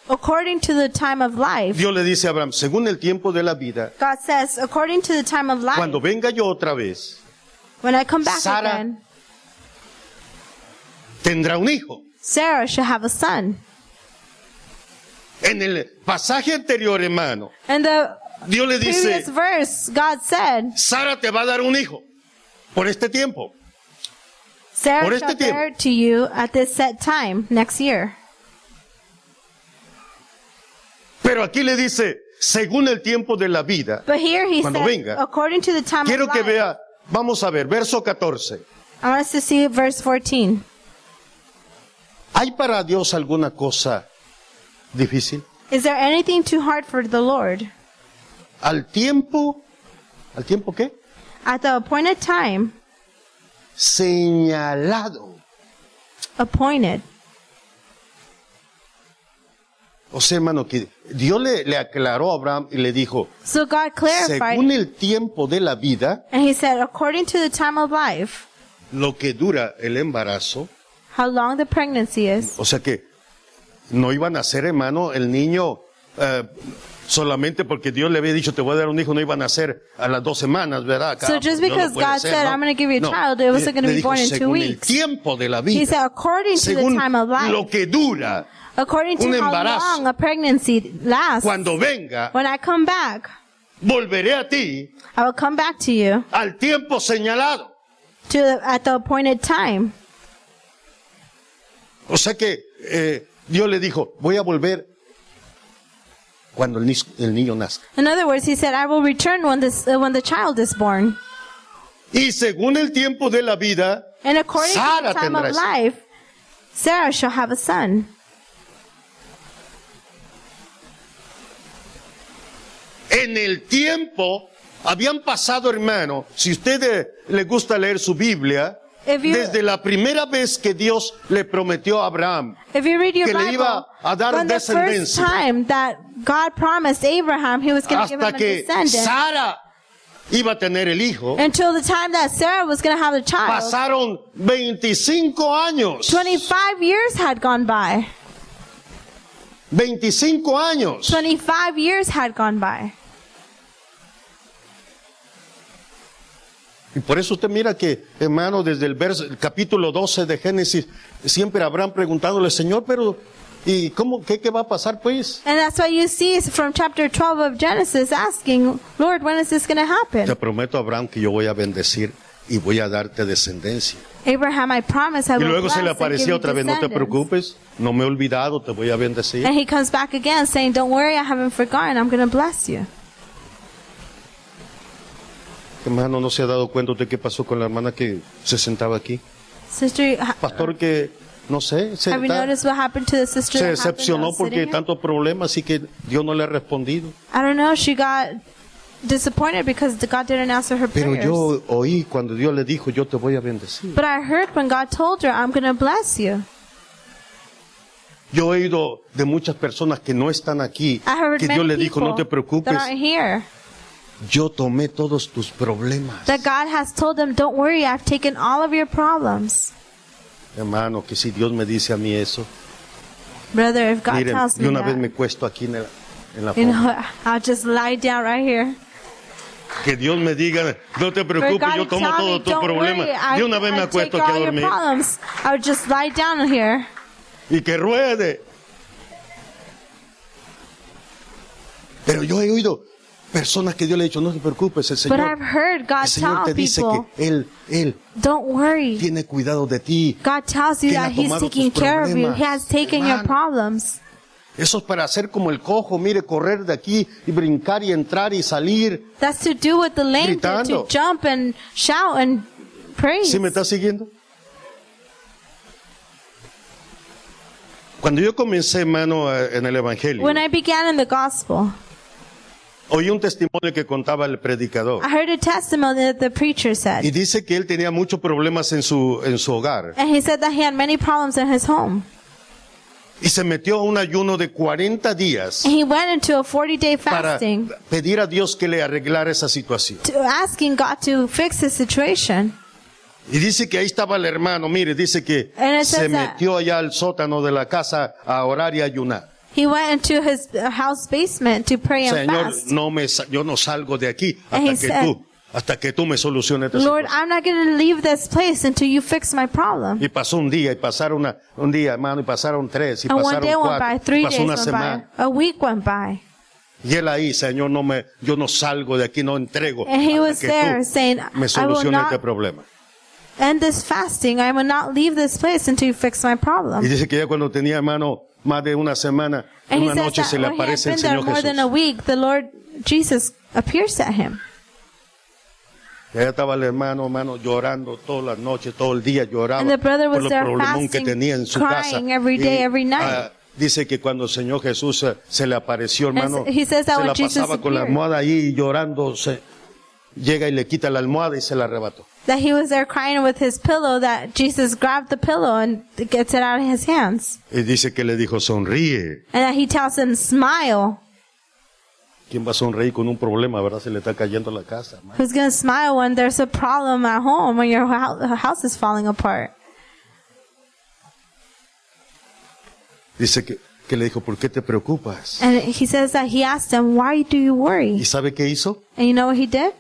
According to the time of life, Dios le dice a Abraham, según el tiempo de la vida, God says, according to the time of life, cuando venga yo otra vez, when I come back Sarah- again, tendrá un hijo. Sarah shall have a son. En el pasaje anterior, hermano, And the Dios le dice, previous verse, God said, Sara te va a dar un hijo por este tiempo. Por Sarah este shall tiempo. bear to you at this set time next year. Pero aquí le dice, según el tiempo de la vida, But here he Cuando says, venga. according to the time quiero of que life, vea, vamos a ver, verso 14. I want us to see verse 14. ¿Hay para Dios alguna cosa difícil? Is there anything too hard for the Lord? Al tiempo, ¿al tiempo qué? At the appointed time, Señalado. appointed. O sea, hermano, que Dios le, le aclaró a Abraham y le dijo, So God clarified, según el tiempo de la vida, and he said, according to the time of life, lo que dura el embarazo, how long the pregnancy is. O sea que no iban a ser, hermano, el niño eh, solamente porque Dios le había dicho te voy a dar un hijo, no iban a ser a las dos semanas, ¿verdad? So Dios just no because puede God hacer, said, ¿no? "I'm gonna give you a No. child," it wasn't Le- gonna le be dijo, born in two según el weeks. tiempo de la He said, vida, according to the según time of lo life, que dura according un to how embarazo. long a pregnancy lasts. cuando venga, When I come back, volveré a ti I will come back to you al tiempo señalado. to the, at the appointed time. O sea que eh, Dios le dijo, voy a volver cuando el, nis- el niño nazca. In other words, he said, I will return when this uh, when the child is born. Y según el tiempo de la vida, And according Sarah to the time tendrá ese- of life, Sarah shall have a son. En el tiempo habían pasado, hermano, si usted eh, le gusta leer su Biblia, If you- desde la primera vez que Dios le prometió a Abraham, If you read your Que le Bible, iba a dar from the descendencia. first time that God promised Abraham he was going to give hasta him a que descendant, Sara iba a tener el hijo, until the time that Sarah was going to have a child, pasaron 25 años. 25 years had gone by. 25 años. 25 years had gone by. Y por eso usted mira que, hermano, desde el, verso, el capítulo 12 de Génesis, siempre habrán preguntándole, Señor, pero ¿y cómo, qué, qué va a pasar pues? And that's why you see from chapter 12 of Genesis asking, Lord, when is this going to Te happen? prometo, Abraham, que yo voy a bendecir y voy a darte descendencia. Abraham, I promise I Y will luego bless se le and give apareció you otra vez, no te descendants." preocupes, no me he olvidado, te voy a bendecir. And he comes back again saying, Don't worry, I haven't forgotten. I'm going to bless you. Hermano, ¿no se ha dado cuenta de qué pasó con la hermana que se sentaba aquí? Sister, ha- Pastor que, no sé, se, have you está- noticed what happened to the se sister? that happened that decepcionó was porque sitting here? tanto problema, así que Dios no le ha respondido. I don't know. She got disappointed because God didn't answer her Pero prayers. yo oí cuando Dios le dijo, yo te voy a bendecir. But I heard when God told her, I'm going to bless you. Yo he oído de muchas personas que no están aquí, I heard que many Dios le dijo, people no te preocupes, that aren't here. yo tomé todos tus problemas. That God has told them, don't worry, I've taken all of your problems. Hermano, que si Dios me dice a mí eso, Brother, if God miren, tells me yo una that, vez me cuesto aquí en, el- en la you forma. know, I'll just lie down right here. Que Dios me diga, no te For preocupes, God yo to tomo tell todo me, tu don't problema. worry, I, De una vez me I take acuesto aquí a all your dormir. problems. I would just lie down here Y que ruede. Pero yo he oído personas que Dios le ha dicho, no te preocupes, el But I've Señor, heard God el Señor tell te dice people, que Él, Él don't worry. tiene cuidado de ti. God tells you Él ha that He's tomado taking tus care of you. problemas. He has taken your Hermano. problems. Eso es para hacer como el cojo, mire, correr de aquí y brincar y entrar y salir. That's to do with the lame did, to Gritando. jump and shout and praise. ¿Sí me está siguiendo? Cuando yo comencé, hermano, a- en el Evangelio, When I began in the gospel, oí un testimonio que contaba el predicador. I heard a testimony that the preacher Y said. dice que él tenía muchos problemas en su, en su hogar. And he said that he had many problems in his home. Y se metió a un ayuno de 40 días And he went into a 40 day para fasting, pedir a Dios que le arreglara esa situación. to asking God to fix his situation. Y dice que ahí estaba el hermano, mire, dice que And it se says that- metió allá al sótano de la casa a orar y a ayunar. He went into his uh, house basement to pray and Señor, fast. no me, sa- yo no salgo de aquí hasta And he que said- tú, hasta que tú me soluciones. este esta Lord, situación. I'm not going to leave this place until you fix my problem. Y pasó un día, y pasaron una, un día, hermano, y pasaron tres, y And one pasaron day went by, cuatro, y three pasó days una went by, semana. a week went by. Y él ahí, Señor, no me, yo no salgo de aquí, no entrego And he was hasta que there tú saying, me I will soluciones este not problema. end this fasting. I will not leave this place until you fix my Y problem. dice que ya cuando tenía, hermano, más de una semana, And he una says noche se le that when he had aparece el been there Señor more than a Jesús. week, the Lord Jesus appears at him. Y allá estaba el hermano, hermano, llorando todas las noches, todo el día lloraba And the brother por was los there problemas que fasting, tenía en su crying casa. every day, Y, every night. ah, dice que cuando el Señor Jesús eh, se le apareció, hermano, se he says that when la Jesus pasaba con la appeared. almohada ahí llorando, se- llega y le quita la almohada y se la arrebató. That he was there crying with his pillow, that Jesus grabbed the pillow and gets it out of his hands. Y dice que le dijo, sonríe. And that he tells him, smile. ¿Quién va a sonreír con un problema, verdad? Se le está cayendo la casa, hermano. Who's going to smile when there's a problem at home, when your hou- house is falling apart? Dice que, que le dijo, ¿por qué te preocupas? And he says that he asked him, Why do you ¿Y worry? sabe qué hizo? And you know what he did?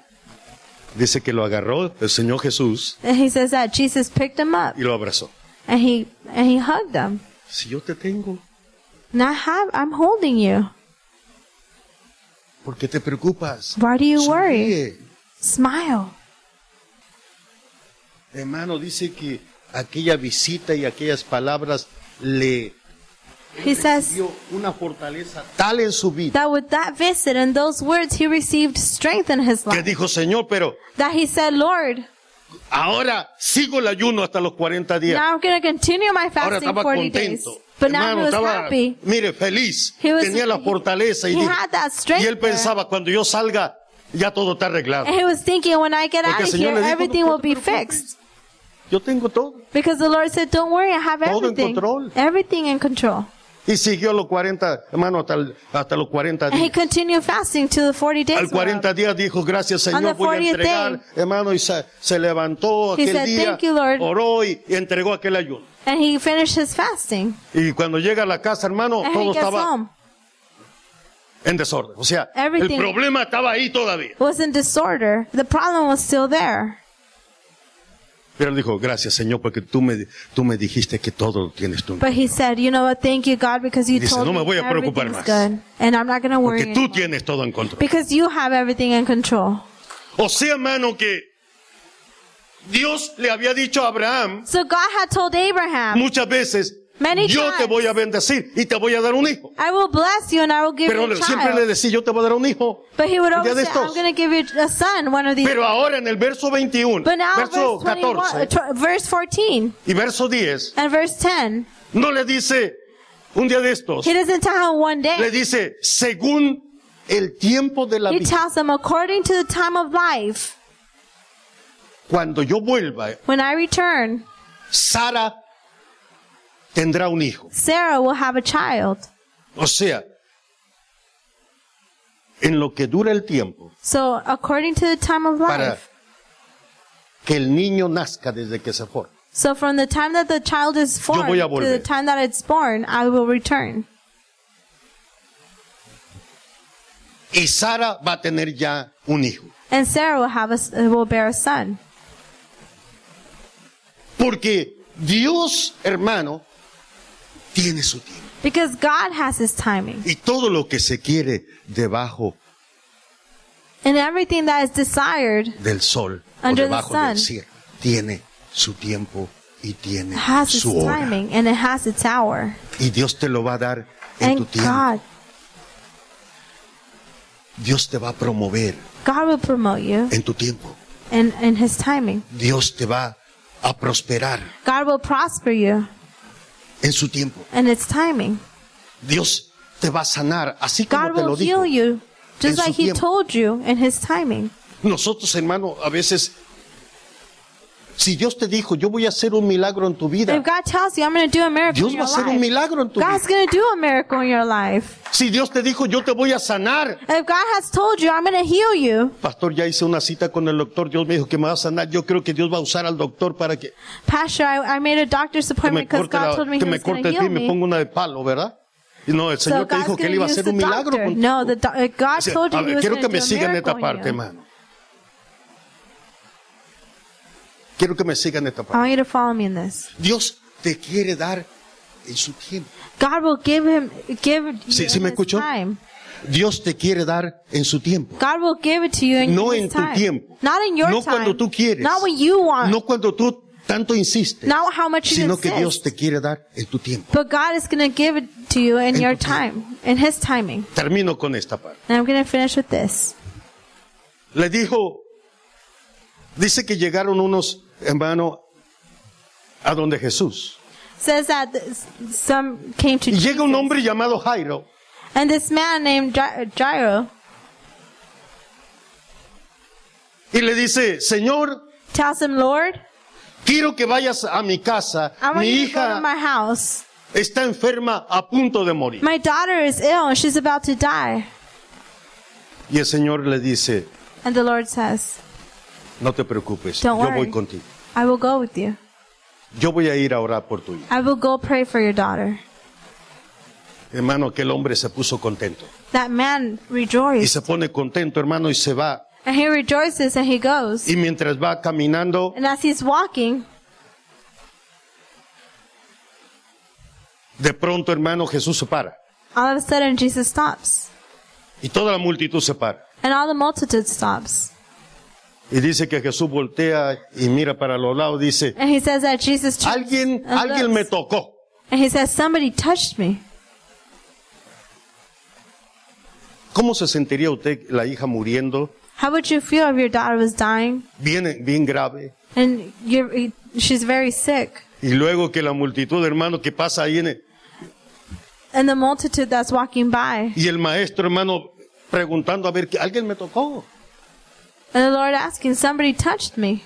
Dice que lo agarró el Señor Jesús And he says that Jesus picked him up y lo abrazó. and he and he hugged him. Si yo te tengo, And I have I'm holding you. ¿por qué te preocupas? Why do you worry? Sonríe. Smile. Hermano, dice que aquella visita y aquellas palabras le He says dio una fortaleza tal en su vida. that with that visit and those words he received strength in his Que life. dijo, Señor, pero That he said, Lord, ahora sigo el ayuno hasta los 40 días. now I'm gonna continue my Ahora fasting estaba forty days. contento. But now he Hermano, was estaba, happy. mire, feliz. He was- Tenía la he- fortaleza y, he dijo- had that strength Eh. y él there. pensaba, cuando yo salga, ya todo está arreglado. And he was thinking when I get Porque out el of Señor here le dijo, everything "No will be te preocupes". fixed. Yo tengo todo. Because the Lord said, Don't worry, I have Todo en everything. control. Everything in control. Y siguió los 40, hermano, hasta, el- hasta los 40 And he días. continued fasting till the 40 days. Al were up. 40 días dijo, gracias On the Señor, voy a 40th entregar, day. hermano, y se, se levantó He aquel said, día, "Thank you, Lord." oró y, y entregó aquel ayuno. And he finished his fasting. Y cuando llega a la casa, hermano, And todo he gets estaba home. en desorden. O sea, Everything. el problema estaba ahí todavía. Was in disorder. The problem was still there. Pero él dijo, gracias Señor, porque tú me, tú me dijiste que todo lo tienes tú. But he said, You know what? Thank you, God, because you Dice, told "No me me voy a preocupar everything's más." good. And I'm not going to worry. Porque tú anymore. tienes todo en control. Because you have everything in control. O sea, hermano, que Dios le había dicho a Abraham So God had told Abraham, muchas veces, Many yo te times. voy a bendecir y te voy a dar un hijo. I will bless you and I will give Pero you a le- siempre le child. decía, yo te voy a dar un hijo. But he would Un día always de say, I'm estos. going to give you a son one of these. Pero ahora en el verso 21, But now, verso verse, 21, 14 uh, tw- verse 14 y verso 10, and verse 10, no le dice un día de estos, he doesn't tell him one le day. dice según el tiempo de la He vida. tells him, according to the time of life, Cuando yo vuelva, when I return, Sara tendrá un hijo. Sarah will have a child. O sea, en lo que dura el tiempo So, according to the time of para life. que el niño nazca desde que se forma. So, from the time that the child is formed voy a to the volver. time that it's born, I will return. y Sara va a tener ya un hijo. and Sarah will have a s- will bear a son. Porque Dios, hermano, tiene su tiempo. Because God has his timing. Y todo lo que se quiere debajo And everything that is desired del sol o Under the debajo del sun. cielo tiene su tiempo y tiene has its su hora. timing and it has its hour. Y Dios te lo va a dar en tu And tiempo. God, Dios te va a promover God will promote you en tu tiempo. in, in his timing. Dios te va a prosperar God will prosper you en su tiempo. in its timing. Dios te va a sanar, así como God te will lo heal dijo. you En just su like he tiempo. told you in his timing. Nosotros, hermano, a veces, si Dios te dijo, yo voy a hacer un milagro en tu vida, If God tells you, I'm going to do a miracle Dios in va a your hacer un life, milagro en tu God's vida. going to do a miracle in your life. Si Dios te dijo, yo te voy a sanar. If God has told you, I'm going to heal you, Pastor, ya hice una cita con el doctor, Dios me dijo que me va a sanar. Yo creo que Dios va a usar al doctor para que, Pastor, I, I made a doctor's que me appointment because corte, God la- told me que he me was corte going to el pie heal y me me. ponga una de palo, ¿verdad? Y no, el So Señor te God's dijo que él going iba to a use hacer the un milagro. doctor. con- No, the doc- uh, God Dice, told a you he ver, was quiero going que to me do a sigan esta miracle in parte, you. hermano. Quiero que me sigan esta I parte. want you to follow me in this. Dios te quiere dar en su tiempo. God will give him give you Sí, sí in me his escuchó? time. Dios te quiere dar en su tiempo. God will give it to you in No his en tu time. tiempo. Not in your No time. cuando tú quieres. Not when you want. No cuando tú tanto insistes, Not how much you sino que insist. Dios te quiere dar en tu tiempo. But God is going to give it to you in En your tu tiempo. time, in his timing. Termino con esta parte. And I'm going to finish with this. Le dijo, dice que llegaron unos hermanos a donde Jesús. says that this- some came to Y llega un Jesus. hombre llamado Jairo. and this man named Jai- Jairo Y le dice, Señor, tells him, "Lord, quiero que vayas a mi casa. I want Mi you to go to hija my house. está enferma a punto de morir. My daughter is ill and she's about to die." Y el Señor le dice, And the Lord says, no te preocupes, Don't yo worry. voy contigo. "I will go with you. Yo voy a ir a orar por tu hija. I will go pray for your daughter." Hermano, aquel hombre se puso contento. That man Y rejoiced, se pone contento, hermano, y se va. and he rejoices and he goes. Y mientras va caminando, And as he's walking, de pronto, hermano, Jesús se para. all of a sudden Jesus stops, Y toda la multitud se para. and all the multitude stops. Y dice que Jesús voltea y mira para los lados, dice, And he says that Jesus turns alguien, and alguien me looks. tocó. and he says, "Somebody touched me." ¿Cómo se sentiría usted, la hija muriendo, How would you feel if your daughter was dying bien, bien grave? and you're, she's very sick? Y luego que la multitud, hermano, que pasa ahí, en el- And the multitude that's walking by. y el maestro, hermano, preguntando a ver, que alguien me tocó. And the Lord asking, somebody touched me.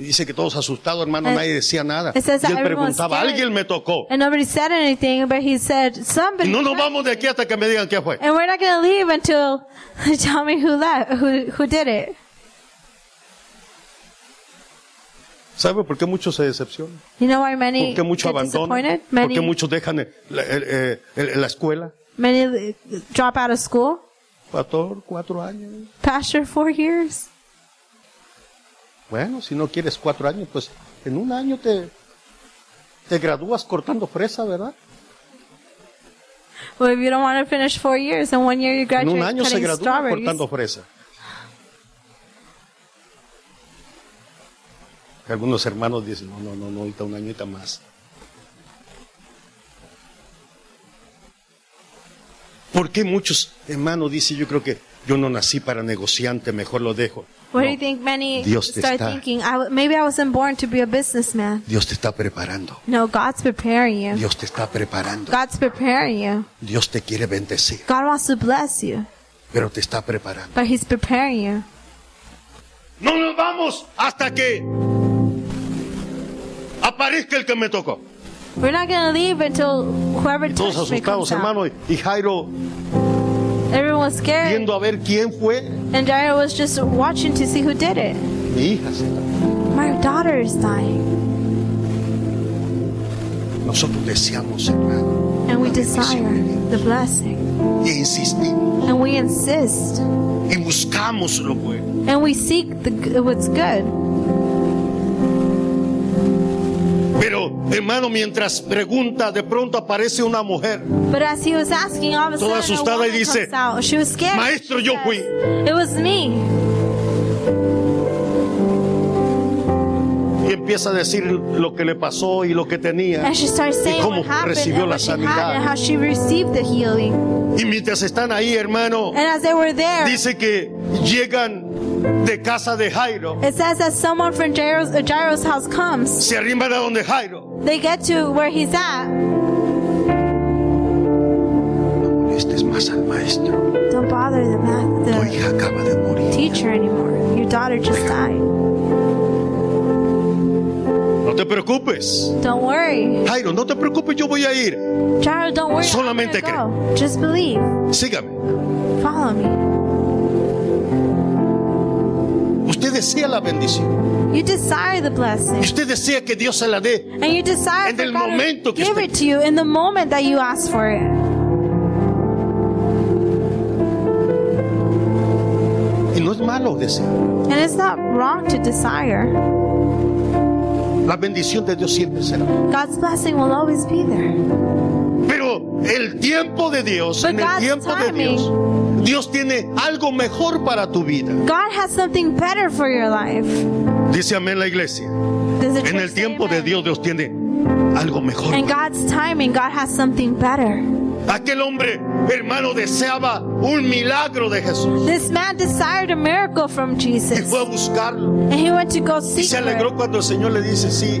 Y dice que todos asustados, hermano, And- nadie decía nada. Y It says that él everyone's preguntaba, scared. alguien me tocó. And nobody said anything, but he said, Y somebody. no nos touched vamos de aquí me." hasta que me digan qué fue. And we're not going to leave until they tell me who left, who, who did it. ¿Sabe por qué muchos se decepcionan? You know why many Porque muchos get abandonan. disappointed? Porque Many, muchos dejan el- la, el- eh, el- la escuela. many drop out of school. Pastor, cuatro años. Pastor, four years. Bueno, si no quieres cuatro años, pues en un año te, te gradúas cortando fresa, ¿verdad? Well, if you don't want to finish four years, in one year you En graduate un año se cutting gradúa strawberries. cortando fresa. Algunos hermanos dicen, no, no, no, no, ahorita un añita más. ¿Por qué muchos hermanos dicen, yo creo que yo no nací para negociante, mejor lo dejo? What do No, you think many Dios te start está- thinking? I, w- maybe I wasn't born to be a businessman. Dios te está preparando, No, God's preparing you. Dios te está preparando, God's preparing you. Dios te quiere bendecir, God wants to bless you, pero te está preparando. but He's preparing you. No nos vamos hasta que aparezca el que me tocó. We're not going to leave until whoever Todos touched me asustados, comes out. hermano, y Jairo Everyone was scared, viendo a ver quién fue. and Jairo was just watching to see who did it. Mi hija se la- My daughter is dying. Nosotros deseamos, hermano, And we desire the blessing. y insistimos, And we insist. y buscamos lo bueno. And we seek the, g- what's good. Pero, hermano, mientras pregunta, de pronto aparece una mujer. But as he was asking, all of a Toda sudden, a asustada y woman dice, comes out. She was scared. "Maestro, She yo says, fui." It was me. Y empieza a decir lo que le pasó y lo que tenía. And she starts saying cómo what happened recibió and la what she sanidad? had and how she received the healing. Y mientras están ahí, hermano, And as they were there, dice que llegan de casa de Jairo, it says that someone from Jairus, uh, Jairus' house comes. se arriman a donde Jairo. They get to where he's at. No molestes más al maestro. Don't bother the, ma- Tu the hija acaba de morir. teacher anymore. Your daughter just died. No te preocupes. Don't worry. Jairo, no te preocupes, yo voy a ir. Jairo, don't worry. I'm Solamente gonna go. Just believe. Sígame. Follow me. Usted desea la bendición. You desire the Y blessing. usted desea que Dios se la dé. And you desire En for el God momento to que give usted- it to you in the moment that you ask for it. Y no es malo desear. And it's not wrong to desire. La bendición de Dios siempre será. God's blessing will always be there. Pero el tiempo de Dios, But en el God's tiempo de Dios, Dios tiene algo mejor para tu vida. God has something better for your life. Dice amén la iglesia. Does the En church el say tiempo de amen? Dios, Dios tiene algo mejor. In God's timing, God has something better. Aquel hombre, hermano, deseaba un milagro de Jesús. This man desired a miracle from Y Jesus. fue a buscarlo. And he went to go Y seek se for it. alegró cuando el Señor le dice sí.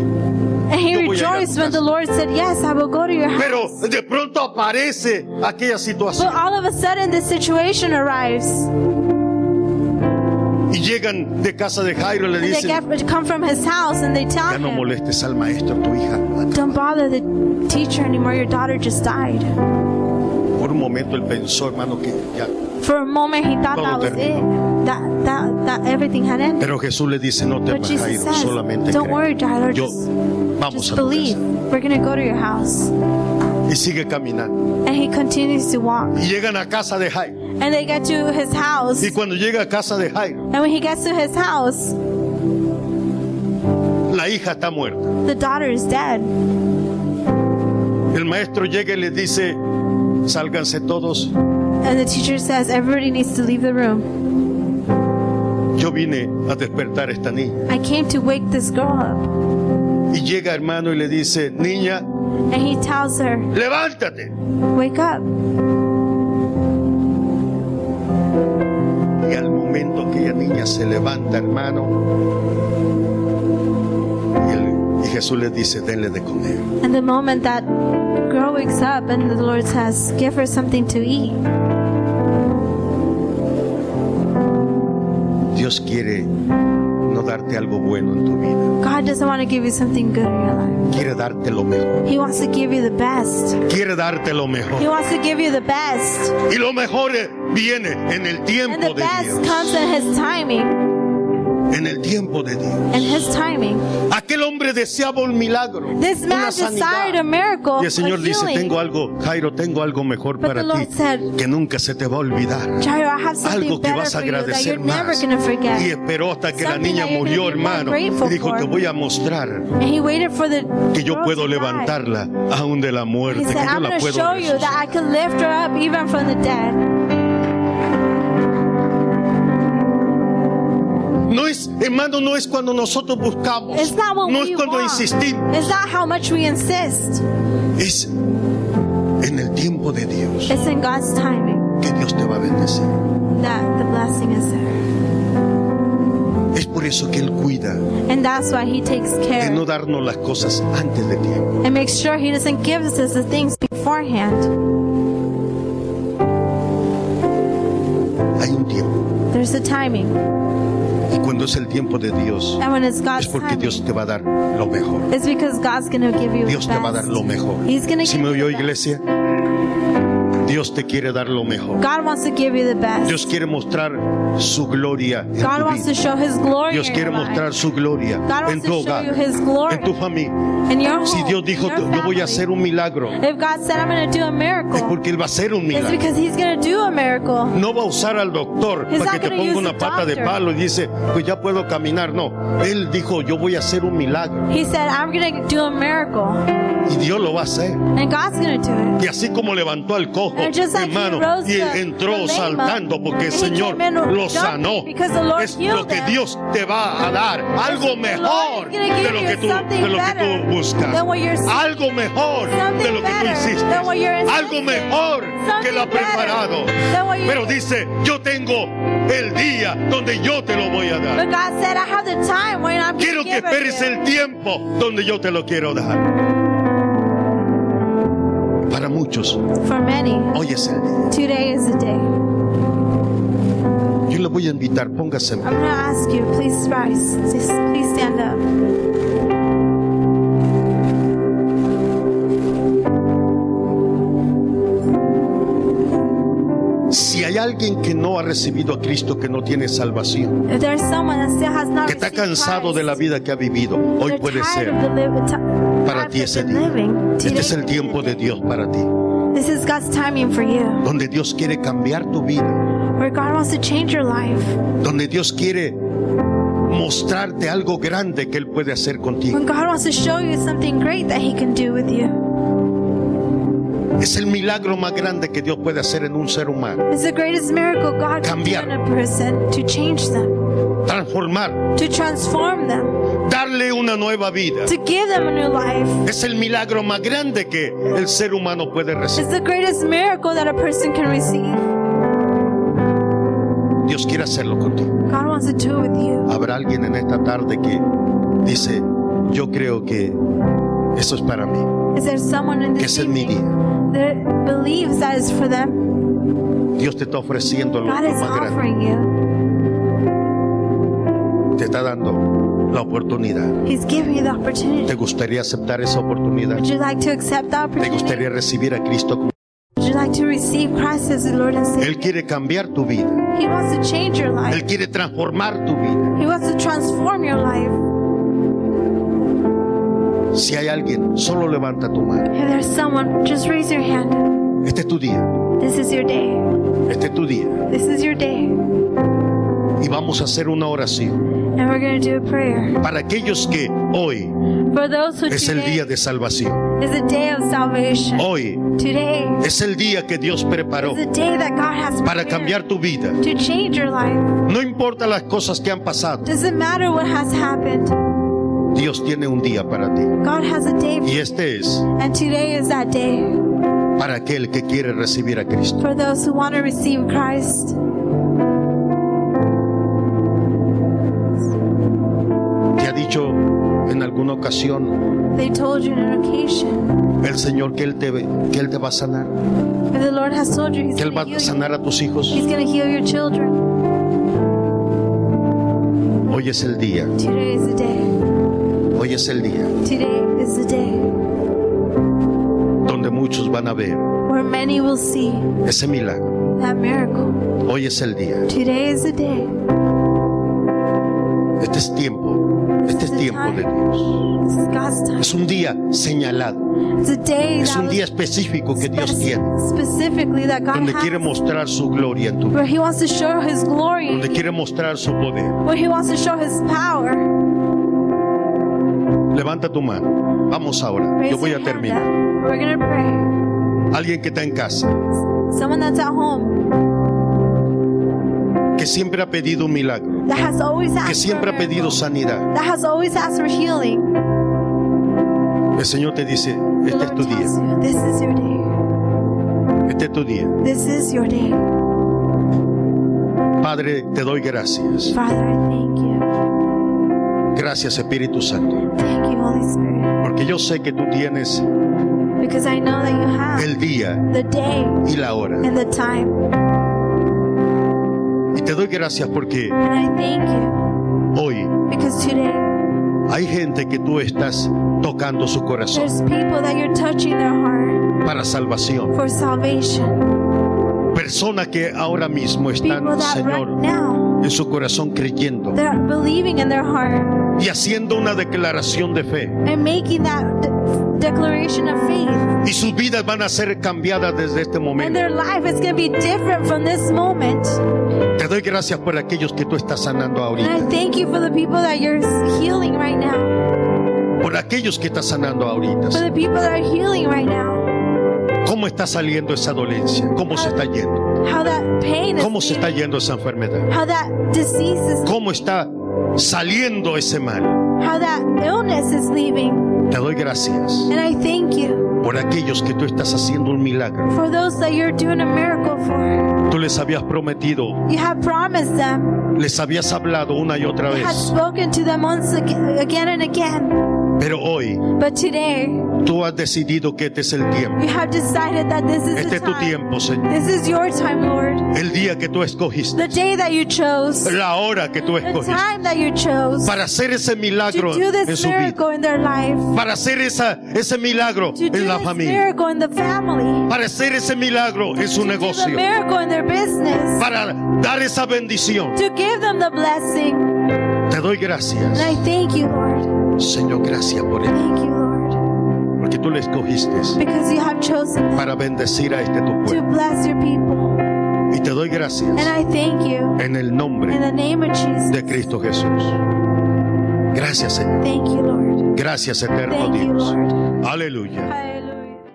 And he Yo voy a ir a tu rejoiced when casa. the Lord said, Yes, I will go to your Pero house. de pronto aparece aquella situación. But all of a sudden, this situation arrives. Oh. Y llegan de casa de Jairo y le And they dicen, get, come from his house and they tell ya no him, molestes al maestro, tu hija. Don't bother the teacher anymore. Your daughter just died. Por un momento él pensó, hermano, que ya. For a moment, he thought Todo that was it. terminó. That, that, that everything had ended. Pero Jesús le dice, no But temas, Jesus Jairo, says, solamente "Don't cree". worry, Jairo, Yo, just- vamos Just a tu believe. casa. We're going to go to your house. Y sigue caminando. And he continues to walk. Y llegan a casa de Jairo. And they get to his house. Y cuando llega a casa de Jairo, And when he gets to his house, la hija está muerta. the daughter is dead. El maestro llega y les dice, sálganse todos, And the teacher says, Everybody needs to leave the room. yo vine a despertar a esta niña. I came to wake this girl up. Y llega hermano y le dice, niña, And he tells her, levántate. Wake up. Y al momento aquella niña se levanta, hermano, y, el- y Jesús les dice, denle de comer. And the moment that girl wakes up and the Lord says, Give her something to eat. Dios quiere no darte algo bueno en tu vida, God doesn't want to give you something good in your life. quiere darte lo mejor, He wants to give you the best. quiere darte lo He mejor. wants to give you the best. Y lo mejor eh, viene en el And tiempo de the best Dios, comes in His timing. en el tiempo de Dios. In His timing. Aquel hombre deseaba un milagro, This man una desired a sanidad. miracle. Y el Señor a dice, healing. tengo algo, Jairo, tengo algo mejor Oh, But para the Lord ti said, que nunca se te va a olvidar. Jairo, I have something Algo que better vas a for you that agradecer you're never más. going to forget. Y esperó hasta que la Something niña that you're murió, gonna be more hermano. Y grateful dijo, for. te voy a mostrar And he waited for the que yo girl puedo to die. levantarla aún de la muerte, He que said, yo I'm la going to puedo show you that I resucitar". can lift her up even from the dead. No es, hermano, no es cuando nosotros buscamos, It's not what no we es cuando want. insistimos, It's not how much we insist. es en el tiempo de Dios It's in God's timing que Dios te va a bendecir. that the blessing is there. Es por eso que Él cuida And that's why he takes de care no darnos las cosas antes de tiempo. and makes sure he doesn't give us the things beforehand. Hay un tiempo There's a timing. y cuando es el tiempo de Dios And when it's es God's porque timing, Dios te va a dar lo mejor. it's because God's going to give you Dios the te va a dar best. lo mejor. He's gonna ¿Sí give me you oyó the best. iglesia? Dios te quiere dar lo mejor. God wants to give you the best. Dios quiere mostrar su gloria en God tu wants to vida. show His glory Dios in quiere your life, mostrar su gloria God wants en to tu show hogar, you His glory. en tu familia. in your home, Si Dios dijo, in your yo voy a family. hacer un milagro, If God said, I'm going to do a es miracle, porque Él va a hacer un it's milagro. because He's going to do a miracle. No va a usar al doctor He's para not que te gonna ponga use una a pata de doctor. palo y dice, pues ya puedo caminar. No, Él dijo, yo voy a hacer un milagro. He said, I'm going to do a miracle. Y Dios lo va a hacer. And God's going to do it. Y así como levantó al cojo, And just like hermano, he rose y the- entró the lame saltando up, porque el he Señor came in lo jumping sanó. because the Lord Es lo healed que him. Dios te va a dar. Algo The Lord is mejor gonna give de lo you que tú, something de lo que better tú buscas. than what you're seeking. Algo mejor de Something lo que tú better hiciste. than what you're Algo expecting. mejor que Something lo ha better preparado. than what you- Pero dice, yo tengo el día donde yo te lo voy a dar. But God said, I have the time when I'm Quiero going to que give it esperes to you." el tiempo donde yo te lo quiero dar. Para muchos, For many, hoy es el día. today is the day. Yo le voy a invitar, póngase. en pie. I'm going to ask you, please rise. Please, please stand up. Si hay alguien que no ha recibido a Cristo, que no tiene salvación, If there's someone that still has not que está received cansado de la Christ, vida que ha vivido, hoy they're puede tired ser of the live- ti- para life ti that ese they're día. living. Este Today es el is tiempo de Dios para ti, This is God's timing for you, donde Dios quiere cambiar tu vida, where God wants to change your life, donde Dios quiere mostrarte algo grande que Él puede hacer contigo. when God wants to show you something great that He can do with you. Es el milagro más grande que Dios puede hacer en un ser humano, It's the greatest miracle God can do Cambiar. in a person to change them, transformar, to transform them, darle una nueva vida. to give them a new life. Es el milagro más grande que el ser humano puede recibir. It's the greatest miracle that a person can receive. Dios quiere hacerlo contigo. God wants to do it with you. Habrá alguien en esta tarde que dice, yo creo que eso es para mí, Is there someone in que this ese es mi evening día. that believes that is for them? Dios te está ofreciendo lo God is más grande, offering you. te está dando la oportunidad. He's giving you the opportunity. ¿Te gustaría aceptar esa oportunidad? Would you like to accept the ¿Te opportunity? gustaría recibir a Cristo? como- Would you like to receive Christ as the Lord and Savior? Él quiere cambiar tu vida, He wants to change your life. Él quiere transformar tu vida. He wants to transform your life. Si hay alguien, solo levanta tu mano. If there's someone, just raise your hand. Este es tu día, This is your day. este es tu día. This is your day. Y vamos a hacer una oración And we're going to do a prayer. para aquellos que hoy For those who es el today día Oh. de salvación. is a day of salvation. Hoy Today es el día que Dios preparó. is a day that God has para prepared cambiar tu vida. to change your life. No importa las cosas que han pasado, Doesn't matter what has happened. Dios tiene un día para ti. God has a day, Y este es and today is that day para aquel que quiere recibir a Cristo. for those who want to receive Christ. Te ha dicho en alguna ocasión They told you on an occasion. el Señor que Él te, que él te va a sanar, If the Lord has told you, He's que Él va going a to heal you. sanar a tus hijos. He's going to heal your children. Hoy es el día, Today is the day. hoy es el día Today is the day donde muchos van a ver where many will see ese milagro. that miracle. Hoy es el día. Today is the day. Este es tiempo, este es tiempo de Dios. This is God's time. Es un día señalado, It's a day es that un día was específico que Dios spec- tiene, specifically that God donde quiere has, mostrar su gloria en tu vida, where He wants to show His glory, donde quiere mostrar su poder. where He wants to show His power. Levanta tu mano. Vamos ahora. Raise Yo voy your a hand terminar. up. We're going to pray. Alguien que está en casa, Someone that's at home que siempre ha pedido un milagro, that has always asked que siempre for ha a pedido miracle, sanidad. that has always asked for healing. El Señor te dice, este The es Lord tu tells día, you, this is your day. este es tu día. This is your day. Padre, te doy gracias. Father, I thank you. Gracias Espíritu Santo, Thank you, Holy Spirit. porque yo sé que tú tienes Because I know that you have el día the day y la hora. and the time. Y te doy gracias porque And I thank you. hoy Because today, hay gente que tú estás tocando su corazón there's people that you're touching their heart para salvación. for salvation. Personas que ahora mismo People están, that right Señor, now, en su corazón creyendo they're believing in their heart y haciendo una declaración de fe. and making that de- declaration of faith. Y sus vidas van a ser cambiadas desde este And momento. their life is going to be different from this moment. Te doy gracias por aquellos que tú estás sanando And ahorita. I thank you for the people that you're healing right now. Por aquellos que estás sanando ahorita. For Señor. the people that are healing right now. ¿Cómo está saliendo esa dolencia? ¿Cómo se está yendo? How that pain is ¿Cómo se está leaving. yendo esa enfermedad? How that disease is ¿Cómo está saliendo ese mal? how that illness is leaving. Te doy gracias And I thank you por aquellos que tú estás haciendo un milagro. for those that you're doing a miracle for. Tú les habías prometido, You have promised them. les habías hablado una y otra You have vez. spoken to them once ag- again and again. Pero hoy But today, tú has decidido que este es el tiempo. you have decided that this is Este the es tu time. tiempo, Señor. This is your time, Lord. El día que tú escogiste. The day that you chose. La hora que tú The escogiste. time that you chose. Para hacer ese milagro To do en this su vida. miracle in their life. Para hacer esa, ese milagro To do en la this familia. miracle in the family. Para hacer ese milagro en su To do the negocio. miracle in their business. Para dar esa bendición. To give them the blessing. Te doy And I gracias. thank you, Lord. Señor, gracias por él. Thank you, Lord. Porque tú le escogiste Because you have chosen them para bendecir a este tu to pueblo. bless your people. Y te doy And gracias I thank you. en el In nombre the name of Jesus. de Cristo Jesús. Gracias, Señor. Thank you, Lord. Gracias, eterno Thank you, Dios. Lord. Aleluya. Hallelujah.